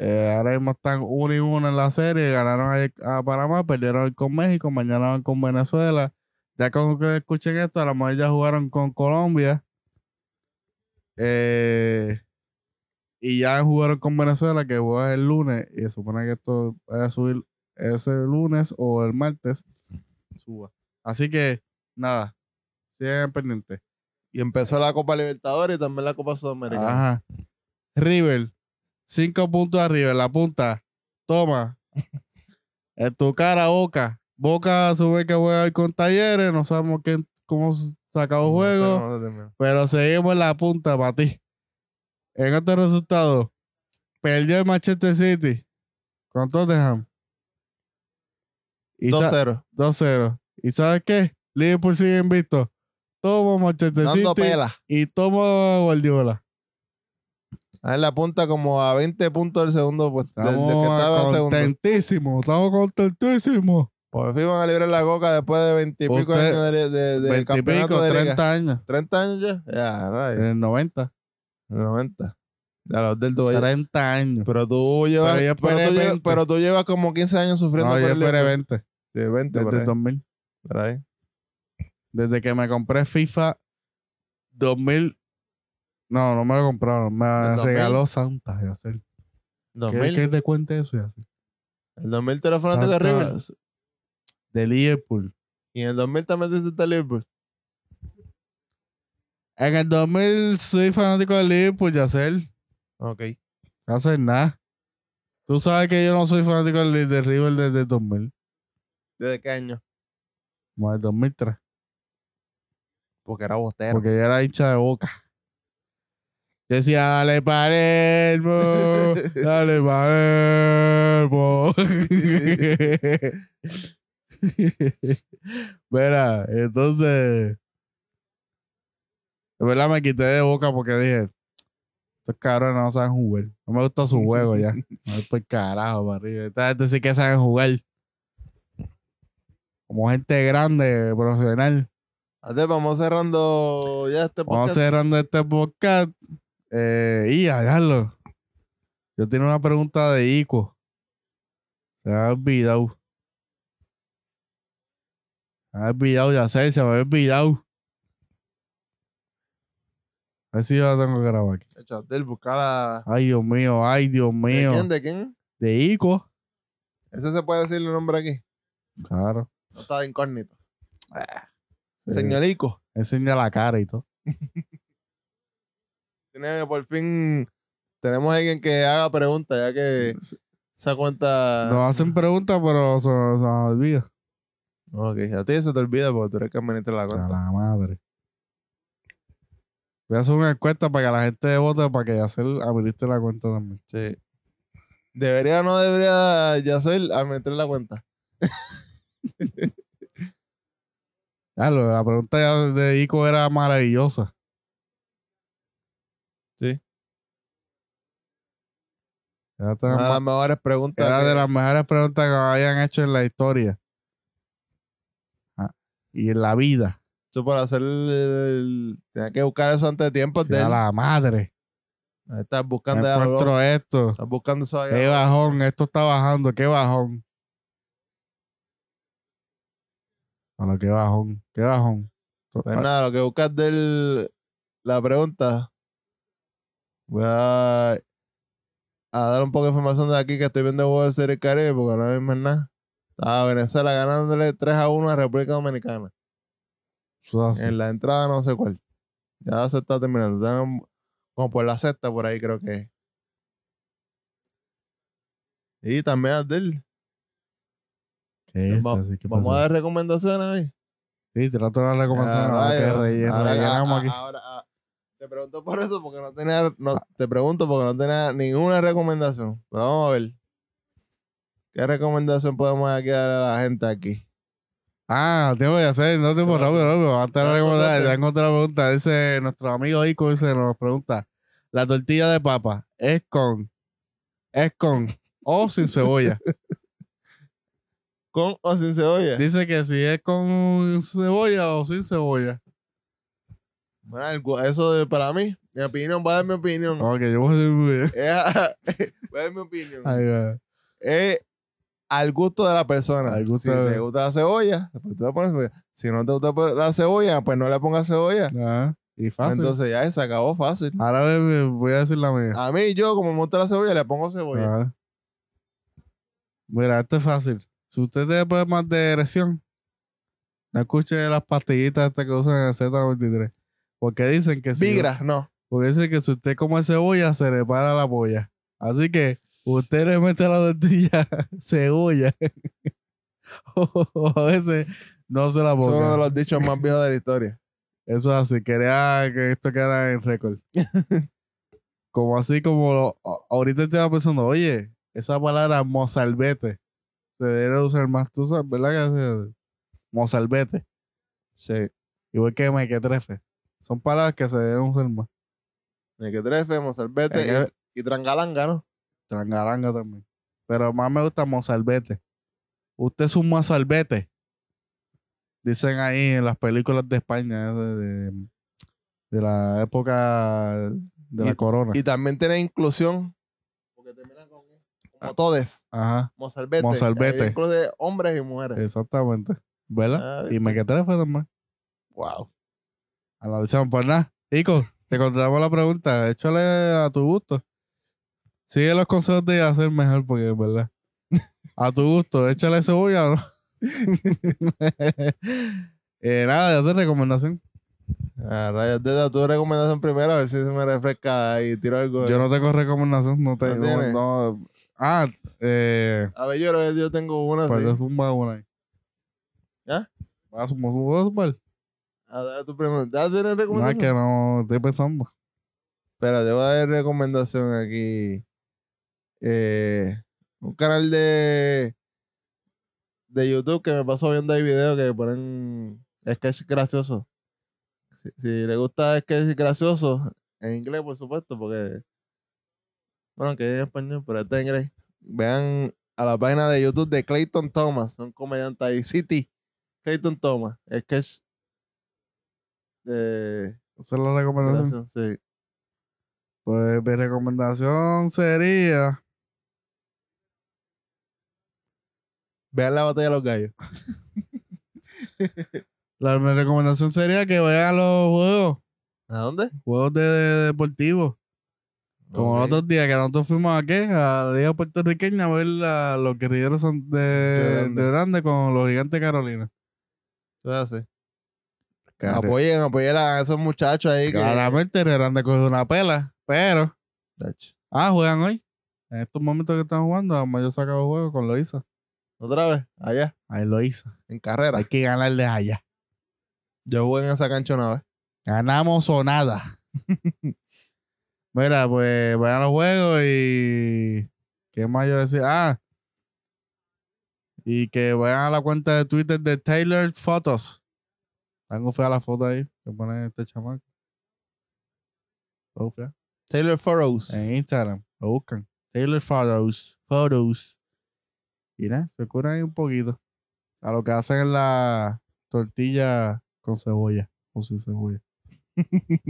[SPEAKER 2] Eh, ahora mismo están 1 y 1 en la serie. Ganaron ayer a Panamá, perdieron hoy con México, mañana van con Venezuela. Ya con que escuchen esto, a lo mejor ya jugaron con Colombia. Eh, y ya jugaron con Venezuela, que juega el lunes. Y se supone que esto va a subir ese lunes o el martes. Suba. Así que, nada, sigan pendientes.
[SPEAKER 3] Y empezó la Copa Libertadores y también la Copa Sudamericana.
[SPEAKER 2] Ajá. River. Cinco puntos a River. La punta. Toma. en tu cara, Boca. Boca sube que juega hoy con Talleres. No sabemos quién, cómo se acabó el
[SPEAKER 3] No sé
[SPEAKER 2] juego.
[SPEAKER 3] cómo se terminó.
[SPEAKER 2] Pero seguimos en la punta para ti. En otro resultado. Perdió el Manchester City. Con Tottenham. Y sa-
[SPEAKER 3] 2-0.
[SPEAKER 2] 2-0. ¿Y sabes qué? Liverpool sigue invicto. Tomo Manchester
[SPEAKER 3] Dando
[SPEAKER 2] City
[SPEAKER 3] pela.
[SPEAKER 2] y tomo Guardiola.
[SPEAKER 3] Ahí en la punta como a 20 puntos del segundo puesto. Del, del que estaba
[SPEAKER 2] Estamos
[SPEAKER 3] segundo.
[SPEAKER 2] contentísimos, estamos contentísimos.
[SPEAKER 3] Por fin van a librar la coca después de 20 y pico
[SPEAKER 2] Usted-
[SPEAKER 3] años de, de, de- del
[SPEAKER 2] 20 y
[SPEAKER 3] campeonato
[SPEAKER 2] pico,
[SPEAKER 3] de liga.
[SPEAKER 2] 30 años. Eh,
[SPEAKER 3] 30 años ya. Ya,
[SPEAKER 2] En
[SPEAKER 3] rayos.
[SPEAKER 2] el 90.
[SPEAKER 3] De 90. Ya los del Dubai.
[SPEAKER 2] 30 años.
[SPEAKER 3] Pero tú llevas.
[SPEAKER 2] Pero yo
[SPEAKER 3] Pero,
[SPEAKER 2] esperé
[SPEAKER 3] tú llevas
[SPEAKER 2] 20.
[SPEAKER 3] pero tú llevas como 15 años sufriendo
[SPEAKER 2] No,
[SPEAKER 3] por
[SPEAKER 2] yo
[SPEAKER 3] el
[SPEAKER 2] esperé
[SPEAKER 3] Liverpool.
[SPEAKER 2] 20.
[SPEAKER 3] Sí, 20 por
[SPEAKER 2] Desde el
[SPEAKER 3] ahí,
[SPEAKER 2] 2000.
[SPEAKER 3] por ahí.
[SPEAKER 2] Desde que me compré FIFA 2000. No, no me lo compraron. Me
[SPEAKER 3] ¿El 2000?
[SPEAKER 2] regaló Santa. Yacel. ¿Qué,
[SPEAKER 3] 2000.
[SPEAKER 2] ¿Qué te cuenta eso? Yacel?
[SPEAKER 3] El 2000 te lo fueron a tocar
[SPEAKER 2] Santa
[SPEAKER 3] River.
[SPEAKER 2] De Liverpool.
[SPEAKER 3] Y en el 2000 también te hiciste Liverpool.
[SPEAKER 2] En el 2000 soy fanático de Liverpool, Yacel.
[SPEAKER 3] Ok.
[SPEAKER 2] No haces nada. Tú sabes que yo no soy fanático del- de, River desde el 2000,
[SPEAKER 3] ¿Desde qué año?
[SPEAKER 2] más el 2003,
[SPEAKER 3] Porque era bostero.
[SPEAKER 2] porque yo era hincha de boca. Yo decía, dale Palermo, dale Palermo. Mira, entonces, de verdad me quité de boca porque dije, estos cabrones no saben jugar. No me gusta su juego ya. No es por carajo para arriba. Esta gente sí que saben jugar. Como gente grande, profesional.
[SPEAKER 3] Ate, pues, vamos cerrando ya este
[SPEAKER 2] Vamos
[SPEAKER 3] podcast.
[SPEAKER 2] cerrando este podcast. Eh, y hallarlo. Yo tengo una pregunta de Ico. Se me ha olvidado. Me había pillado, ya sé, se me había pillado. Así yo la tengo grabado aquí.
[SPEAKER 3] Chatel, buscar a.
[SPEAKER 2] Ay, Dios mío, ay, Dios
[SPEAKER 3] ¿De
[SPEAKER 2] mío.
[SPEAKER 3] quién? ¿De quién?
[SPEAKER 2] De Ico.
[SPEAKER 3] Ese se puede decir el nombre aquí.
[SPEAKER 2] Claro.
[SPEAKER 3] No está de incógnito.
[SPEAKER 2] Sí.
[SPEAKER 3] Señorico.
[SPEAKER 2] Enseña la cara y todo.
[SPEAKER 3] Tiene, por fin tenemos alguien que haga preguntas, ya que esa cuenta.
[SPEAKER 2] Nos hacen preguntas, pero se, se nos olvida.
[SPEAKER 3] Ok, a ti se te olvida porque tú eres que administra la
[SPEAKER 2] A
[SPEAKER 3] cuenta.
[SPEAKER 2] la madre. Voy a hacer una encuesta para que la gente vote para que ya se abriste la cuenta también.
[SPEAKER 3] Sí. Debería o no debería Yacel administrar la cuenta.
[SPEAKER 2] Ya, lo de la pregunta ya de Ico era maravillosa.
[SPEAKER 3] Sí.
[SPEAKER 2] Era, tan
[SPEAKER 3] Una de
[SPEAKER 2] ma-
[SPEAKER 3] las mejores preguntas.
[SPEAKER 2] era
[SPEAKER 3] que-
[SPEAKER 2] de las mejores preguntas que me hayan hecho en la historia. Ah, y en la vida.
[SPEAKER 3] Tú por hacer el, el- Tenía que buscar eso antes de tiempo. de
[SPEAKER 2] Ya
[SPEAKER 3] él.
[SPEAKER 2] la madre.
[SPEAKER 3] Ahí Estás
[SPEAKER 2] No
[SPEAKER 3] buscando ya, loco.
[SPEAKER 2] encuentro esto.
[SPEAKER 3] Estás buscando eso ahí.
[SPEAKER 2] Qué bajón, esto está bajando, qué bajón. Bueno, qué bajón, qué bajón. ah,
[SPEAKER 3] Pues nada, lo que buscas de la pregunta. Voy a, a dar un poco de información de aquí que estoy viendo World Series Caribe porque no hay más nada. Estaba Venezuela ganándole 3 a 1 a República Dominicana.
[SPEAKER 2] Eso es así.
[SPEAKER 3] En la entrada no sé cuál. Ya se está terminando. Están como por la sexta por ahí creo que es. Y también Adel.
[SPEAKER 2] ¿Qué es
[SPEAKER 3] va-
[SPEAKER 2] así? ¿Qué
[SPEAKER 3] Vamos
[SPEAKER 2] pasó?
[SPEAKER 3] a dar recomendaciones hoy.
[SPEAKER 2] Sí, trato de recomendar
[SPEAKER 3] Ah,
[SPEAKER 2] ahora que
[SPEAKER 3] rayos.
[SPEAKER 2] relle-
[SPEAKER 3] Ahora-
[SPEAKER 2] rellenamos
[SPEAKER 3] ah,
[SPEAKER 2] aquí.
[SPEAKER 3] ahora, ah, te pregunto por eso, porque no tenía, no- te pregunto porque no tenía ninguna recomendación. Pero vamos a ver. ¿Qué recomendación podemos aquí dar a la gente aquí?
[SPEAKER 2] Ah, tengo que hacer, no te
[SPEAKER 3] Pero-
[SPEAKER 2] por rápido, rápido. Antes
[SPEAKER 3] Ah,
[SPEAKER 2] de recomendar,
[SPEAKER 3] acuérdate.
[SPEAKER 2] ya encontré la pregunta. Dice nuestro amigo Ico dice, nos pregunta: ¿La tortilla de papa es con, es con o sin cebolla?
[SPEAKER 3] ¿Con o sin cebolla?
[SPEAKER 2] Dice que si es con cebolla o sin cebolla.
[SPEAKER 3] Bueno, el gu- eso de- para mí, mi opinión, voy a dar mi opinión.
[SPEAKER 2] Ok, yo voy a hacer muy bien.
[SPEAKER 3] Es- voy a dar mi opinión.
[SPEAKER 2] Ay, güey.
[SPEAKER 3] Es al gusto de la persona.
[SPEAKER 2] Al gusto
[SPEAKER 3] si
[SPEAKER 2] de-
[SPEAKER 3] te gusta la cebolla, pues tú le pones cebolla. Si no te gusta la cebolla, pues no le pongas cebolla.
[SPEAKER 2] Ajá. Y fácil.
[SPEAKER 3] Entonces ya se acabó fácil.
[SPEAKER 2] Ahora le- le voy a decir la mía.
[SPEAKER 3] A mí, yo, como me gusta la cebolla, le pongo cebolla.
[SPEAKER 2] Ajá. Mira, esto es fácil. Si usted tiene problemas de erección, no escuche las pastillitas estas que usan en el Z23. Porque dicen que si,
[SPEAKER 3] Vigra, no.
[SPEAKER 2] Porque dicen que si usted come cebolla, se le para la polla. Así que usted le mete a la tortilla cebolla. o a veces no se la
[SPEAKER 3] Es uno de
[SPEAKER 2] ponga.
[SPEAKER 3] los dichos más viejos de la historia.
[SPEAKER 2] Eso es así, quería que esto quedara en récord. como así como lo- a- ahorita estaba pensando, oye, esa palabra mozalbete se debe usar más, tú sabes, ¿verdad? Que se- mozalbete,
[SPEAKER 3] Sí.
[SPEAKER 2] igual que mequetrefe. Son palabras que se deben usar más.
[SPEAKER 3] Mequetrefe, mozalbete
[SPEAKER 2] Es que-
[SPEAKER 3] y, y trangalanga, ¿no?
[SPEAKER 2] Trangaranga también. Pero más me gusta mozalbete. Usted es un mozalbete. Dicen ahí en las películas de España, de, de- de la época de la corona.
[SPEAKER 3] Y también tiene inclusión. Porque termina con E, como todes.
[SPEAKER 2] Ajá.
[SPEAKER 3] Mozalbete.
[SPEAKER 2] Mozalbete.
[SPEAKER 3] Ahí Incluye hombres y mujeres.
[SPEAKER 2] Exactamente.
[SPEAKER 3] Ah,
[SPEAKER 2] ¿Verdad? Y me quedé fue también. Wow. Analizamos por nada. Ico, te contestamos la pregunta. Échale a tu gusto. Sigue los consejos de hacer mejor, porque es verdad. A tu gusto, échale cebolla o no. eh, nada, ya te recomendación.
[SPEAKER 3] Ah, rayos, te da tu recomendación primero, a ver si se me refresca y tiro algo.
[SPEAKER 2] Yo no tengo recomendación, no te
[SPEAKER 3] ¿No tienes?
[SPEAKER 2] no, no. Ah, eh,
[SPEAKER 3] A ver, yo creo que yo tengo una.
[SPEAKER 2] pues
[SPEAKER 3] Ah, sí.
[SPEAKER 2] es un una ahí. Ah,
[SPEAKER 3] ¿Ya?
[SPEAKER 2] ¿Vas a zumbar, zumbar?
[SPEAKER 3] A ver, tu primero. ¿Ya tienes
[SPEAKER 2] No, es
[SPEAKER 3] recomendación?
[SPEAKER 2] que no estoy pensando.
[SPEAKER 3] Espera, te voy a dar recomendación aquí. Eh, un canal de de YouTube que me pasó viendo ahí videos que ponen sketch gracioso. Si, si le gusta sketch gracioso, en inglés por supuesto, porque bueno, que es en español, pero está en inglés. Vean a la página de YouTube de Clayton Thomas, un comediante ahí, City. Clayton Thomas, sketch de
[SPEAKER 2] Esa es la recomendación.
[SPEAKER 3] gracioso, sí.
[SPEAKER 2] Pues mi recomendación sería.
[SPEAKER 3] Vean la batalla de los gallos.
[SPEAKER 2] La, mi recomendación sería que vayan a los juegos,
[SPEAKER 3] ¿A dónde?
[SPEAKER 2] juegos de, de- deportivos. Como
[SPEAKER 3] Ok.
[SPEAKER 2] los otros días que nosotros fuimos a qué? A la Liga Puertorriqueña a ver a los guerrilleros son de,
[SPEAKER 3] De
[SPEAKER 2] de,
[SPEAKER 3] Grande.
[SPEAKER 2] grande con los gigantes Carolina.
[SPEAKER 3] Eso es así.
[SPEAKER 2] Cara-
[SPEAKER 3] Apoyen, apoyen a esos muchachos ahí. que-
[SPEAKER 2] Claramente, de grande coge una pela, pero.
[SPEAKER 3] Tacho.
[SPEAKER 2] Ah, juegan hoy. En estos momentos que están jugando, además yo sacaba juego con Loiza.
[SPEAKER 3] Otra vez, allá,
[SPEAKER 2] Ahí Loiza.
[SPEAKER 3] en carrera.
[SPEAKER 2] Hay que ganarles allá.
[SPEAKER 3] Yo jugué en esa cancha una vez.
[SPEAKER 2] Ganamos o nada. Mira, pues vayan a los juegos y. ¿Qué más yo decía? Ah. Y que vayan a la cuenta de Twitter de Taylor Photos. Tengo fea la foto ahí que pone este chamaco. Tan fea.
[SPEAKER 3] Taylor Furrows.
[SPEAKER 2] En Instagram, lo buscan. Taylor Photos. Photos. Y nada, se curan ahí un poquito. A lo que hacen en la tortilla con cebolla. O sin cebolla.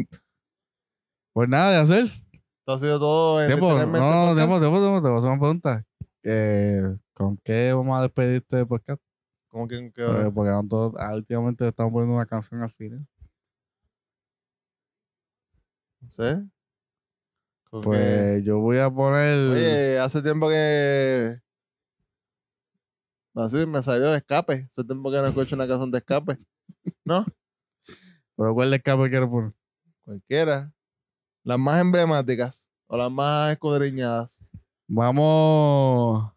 [SPEAKER 2] pues nada de hacer.
[SPEAKER 3] Esto ha sido todo. en
[SPEAKER 2] Tiempo, no,
[SPEAKER 3] Pues, literalmente podcast.
[SPEAKER 2] tiempo, tiempo, tiempo, te voy a hacer una pregunta. Eh, ¿Con qué vamos a despedirte de podcast?
[SPEAKER 3] ¿Cómo que en qué hora?
[SPEAKER 2] Porque, porque nosotros, ah, últimamente estamos poniendo una canción al final.
[SPEAKER 3] No sé. ¿Con qué?
[SPEAKER 2] Pues yo voy a poner.
[SPEAKER 3] Oye, hace tiempo que. Así me salió escape. Hace tiempo que no escucho una canción de escape.
[SPEAKER 2] Pero ¿cuál escape quiero poner?
[SPEAKER 3] Cualquiera. Las más emblemáticas o las más escudriñadas.
[SPEAKER 2] Vamos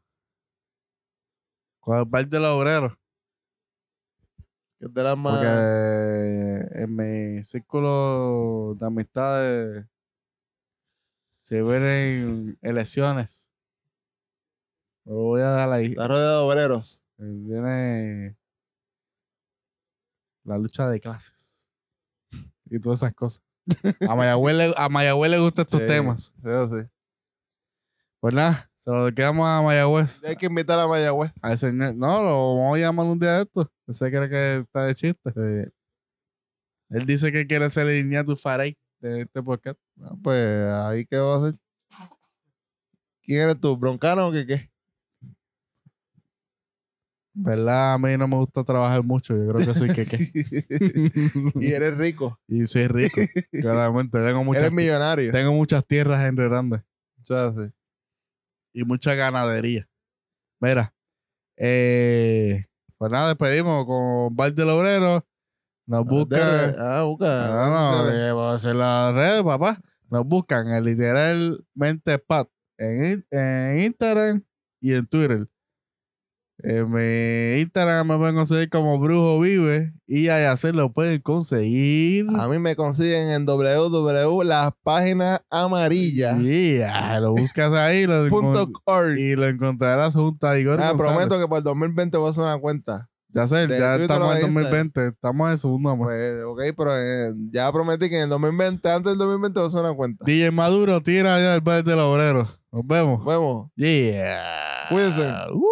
[SPEAKER 2] con el parte de los obreros.
[SPEAKER 3] Que es de las más.
[SPEAKER 2] Porque en mi círculo de amistades se ven elecciones. Lo voy a dar ahí.
[SPEAKER 3] Está rodeado de obreros.
[SPEAKER 2] Viene la lucha de clases y todas esas cosas. A Mayagüez le, a Mayagüez le gustan estos
[SPEAKER 3] Sí,
[SPEAKER 2] temas.
[SPEAKER 3] Sí, o sí.
[SPEAKER 2] Pues nada, se lo quedamos a Mayagüez.
[SPEAKER 3] Hay que invitar a Mayagüez.
[SPEAKER 2] Al señor. No, lo vamos a llamar un día de esto. Ese cree que está de chiste. Él dice que quiere ser el Iñatu Farey de este podcast.
[SPEAKER 3] Ah, pues ahí qué va a hacer. ¿Quién eres tú? ¿Broncano o qué qué?
[SPEAKER 2] ¿Verdad? A mí no me gusta trabajar mucho. Yo creo que soy queque.
[SPEAKER 3] y eres rico.
[SPEAKER 2] y soy rico. Claramente. Tengo muchas,
[SPEAKER 3] eres millonario.
[SPEAKER 2] tengo muchas tierras en Río Grande
[SPEAKER 3] O sea, sí.
[SPEAKER 2] y mucha ganadería. Mira. Eh, pues nada, despedimos con Val del Obrero. Nos busca.
[SPEAKER 3] Dale, Ah, busca.
[SPEAKER 2] No, no, eh, va a ser la red, papá. Nos buscan en literalmente Pat en, in- en Instagram y en Twitter. En mi Instagram me pueden conseguir como Brujo Vive y allá se lo pueden conseguir.
[SPEAKER 3] A mí me consiguen en www las páginas amarillas
[SPEAKER 2] Y ah, lo buscas ahí lo
[SPEAKER 3] punto
[SPEAKER 2] encon-
[SPEAKER 3] org.
[SPEAKER 2] y lo encontrarás junto a Igor.
[SPEAKER 3] Ah,
[SPEAKER 2] González.
[SPEAKER 3] prometo que para el 2020 voy a hacer una cuenta.
[SPEAKER 2] ya sé,
[SPEAKER 3] de
[SPEAKER 2] ya
[SPEAKER 3] Twitter
[SPEAKER 2] estamos
[SPEAKER 3] a
[SPEAKER 2] en
[SPEAKER 3] Instagram.
[SPEAKER 2] 2020, estamos en segundo amor.
[SPEAKER 3] Pues, ok, pero eh, ya prometí que en el 2020, antes del 2020 voy a hacer una cuenta.
[SPEAKER 2] DJ Maduro, tira allá el bar del obrero. Nos vemos.
[SPEAKER 3] Vemos.
[SPEAKER 2] Yeah.
[SPEAKER 3] Cuídense.
[SPEAKER 2] Uh.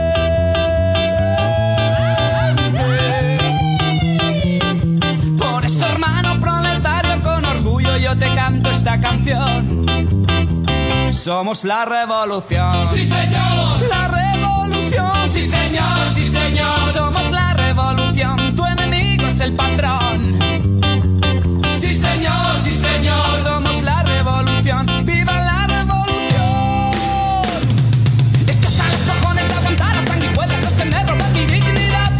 [SPEAKER 4] preferente. Por eso, hermano proletario, con orgullo yo te canto esta canción. Somos la revolución. Sí, señor. La revolución. Sí, señor, sí, señor. Somos la revolución. Tu enemigo es el patrón. Sí, señor, sí, señor. Somos la revolución. ¡Viva la revolución! Estás a los cojones de aguantar a sanguijuelas los que me roban mi dignidad.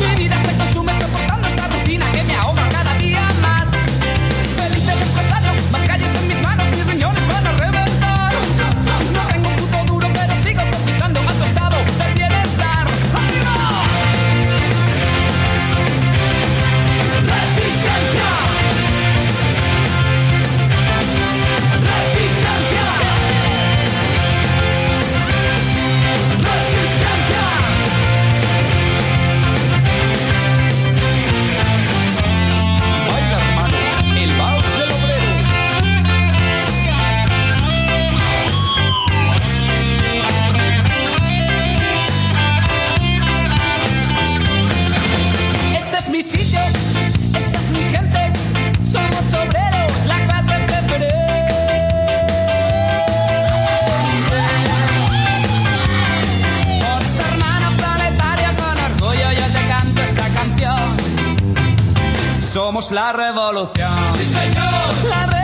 [SPEAKER 4] Mi vida se consume soportando esta rutina que me ahoga cada día más. Feliz de reemplazarlo, más calles en mis manos, mis riñones van a reventar. No tengo un puto duro, pero Este Somos la revolución. Sí, señor. La este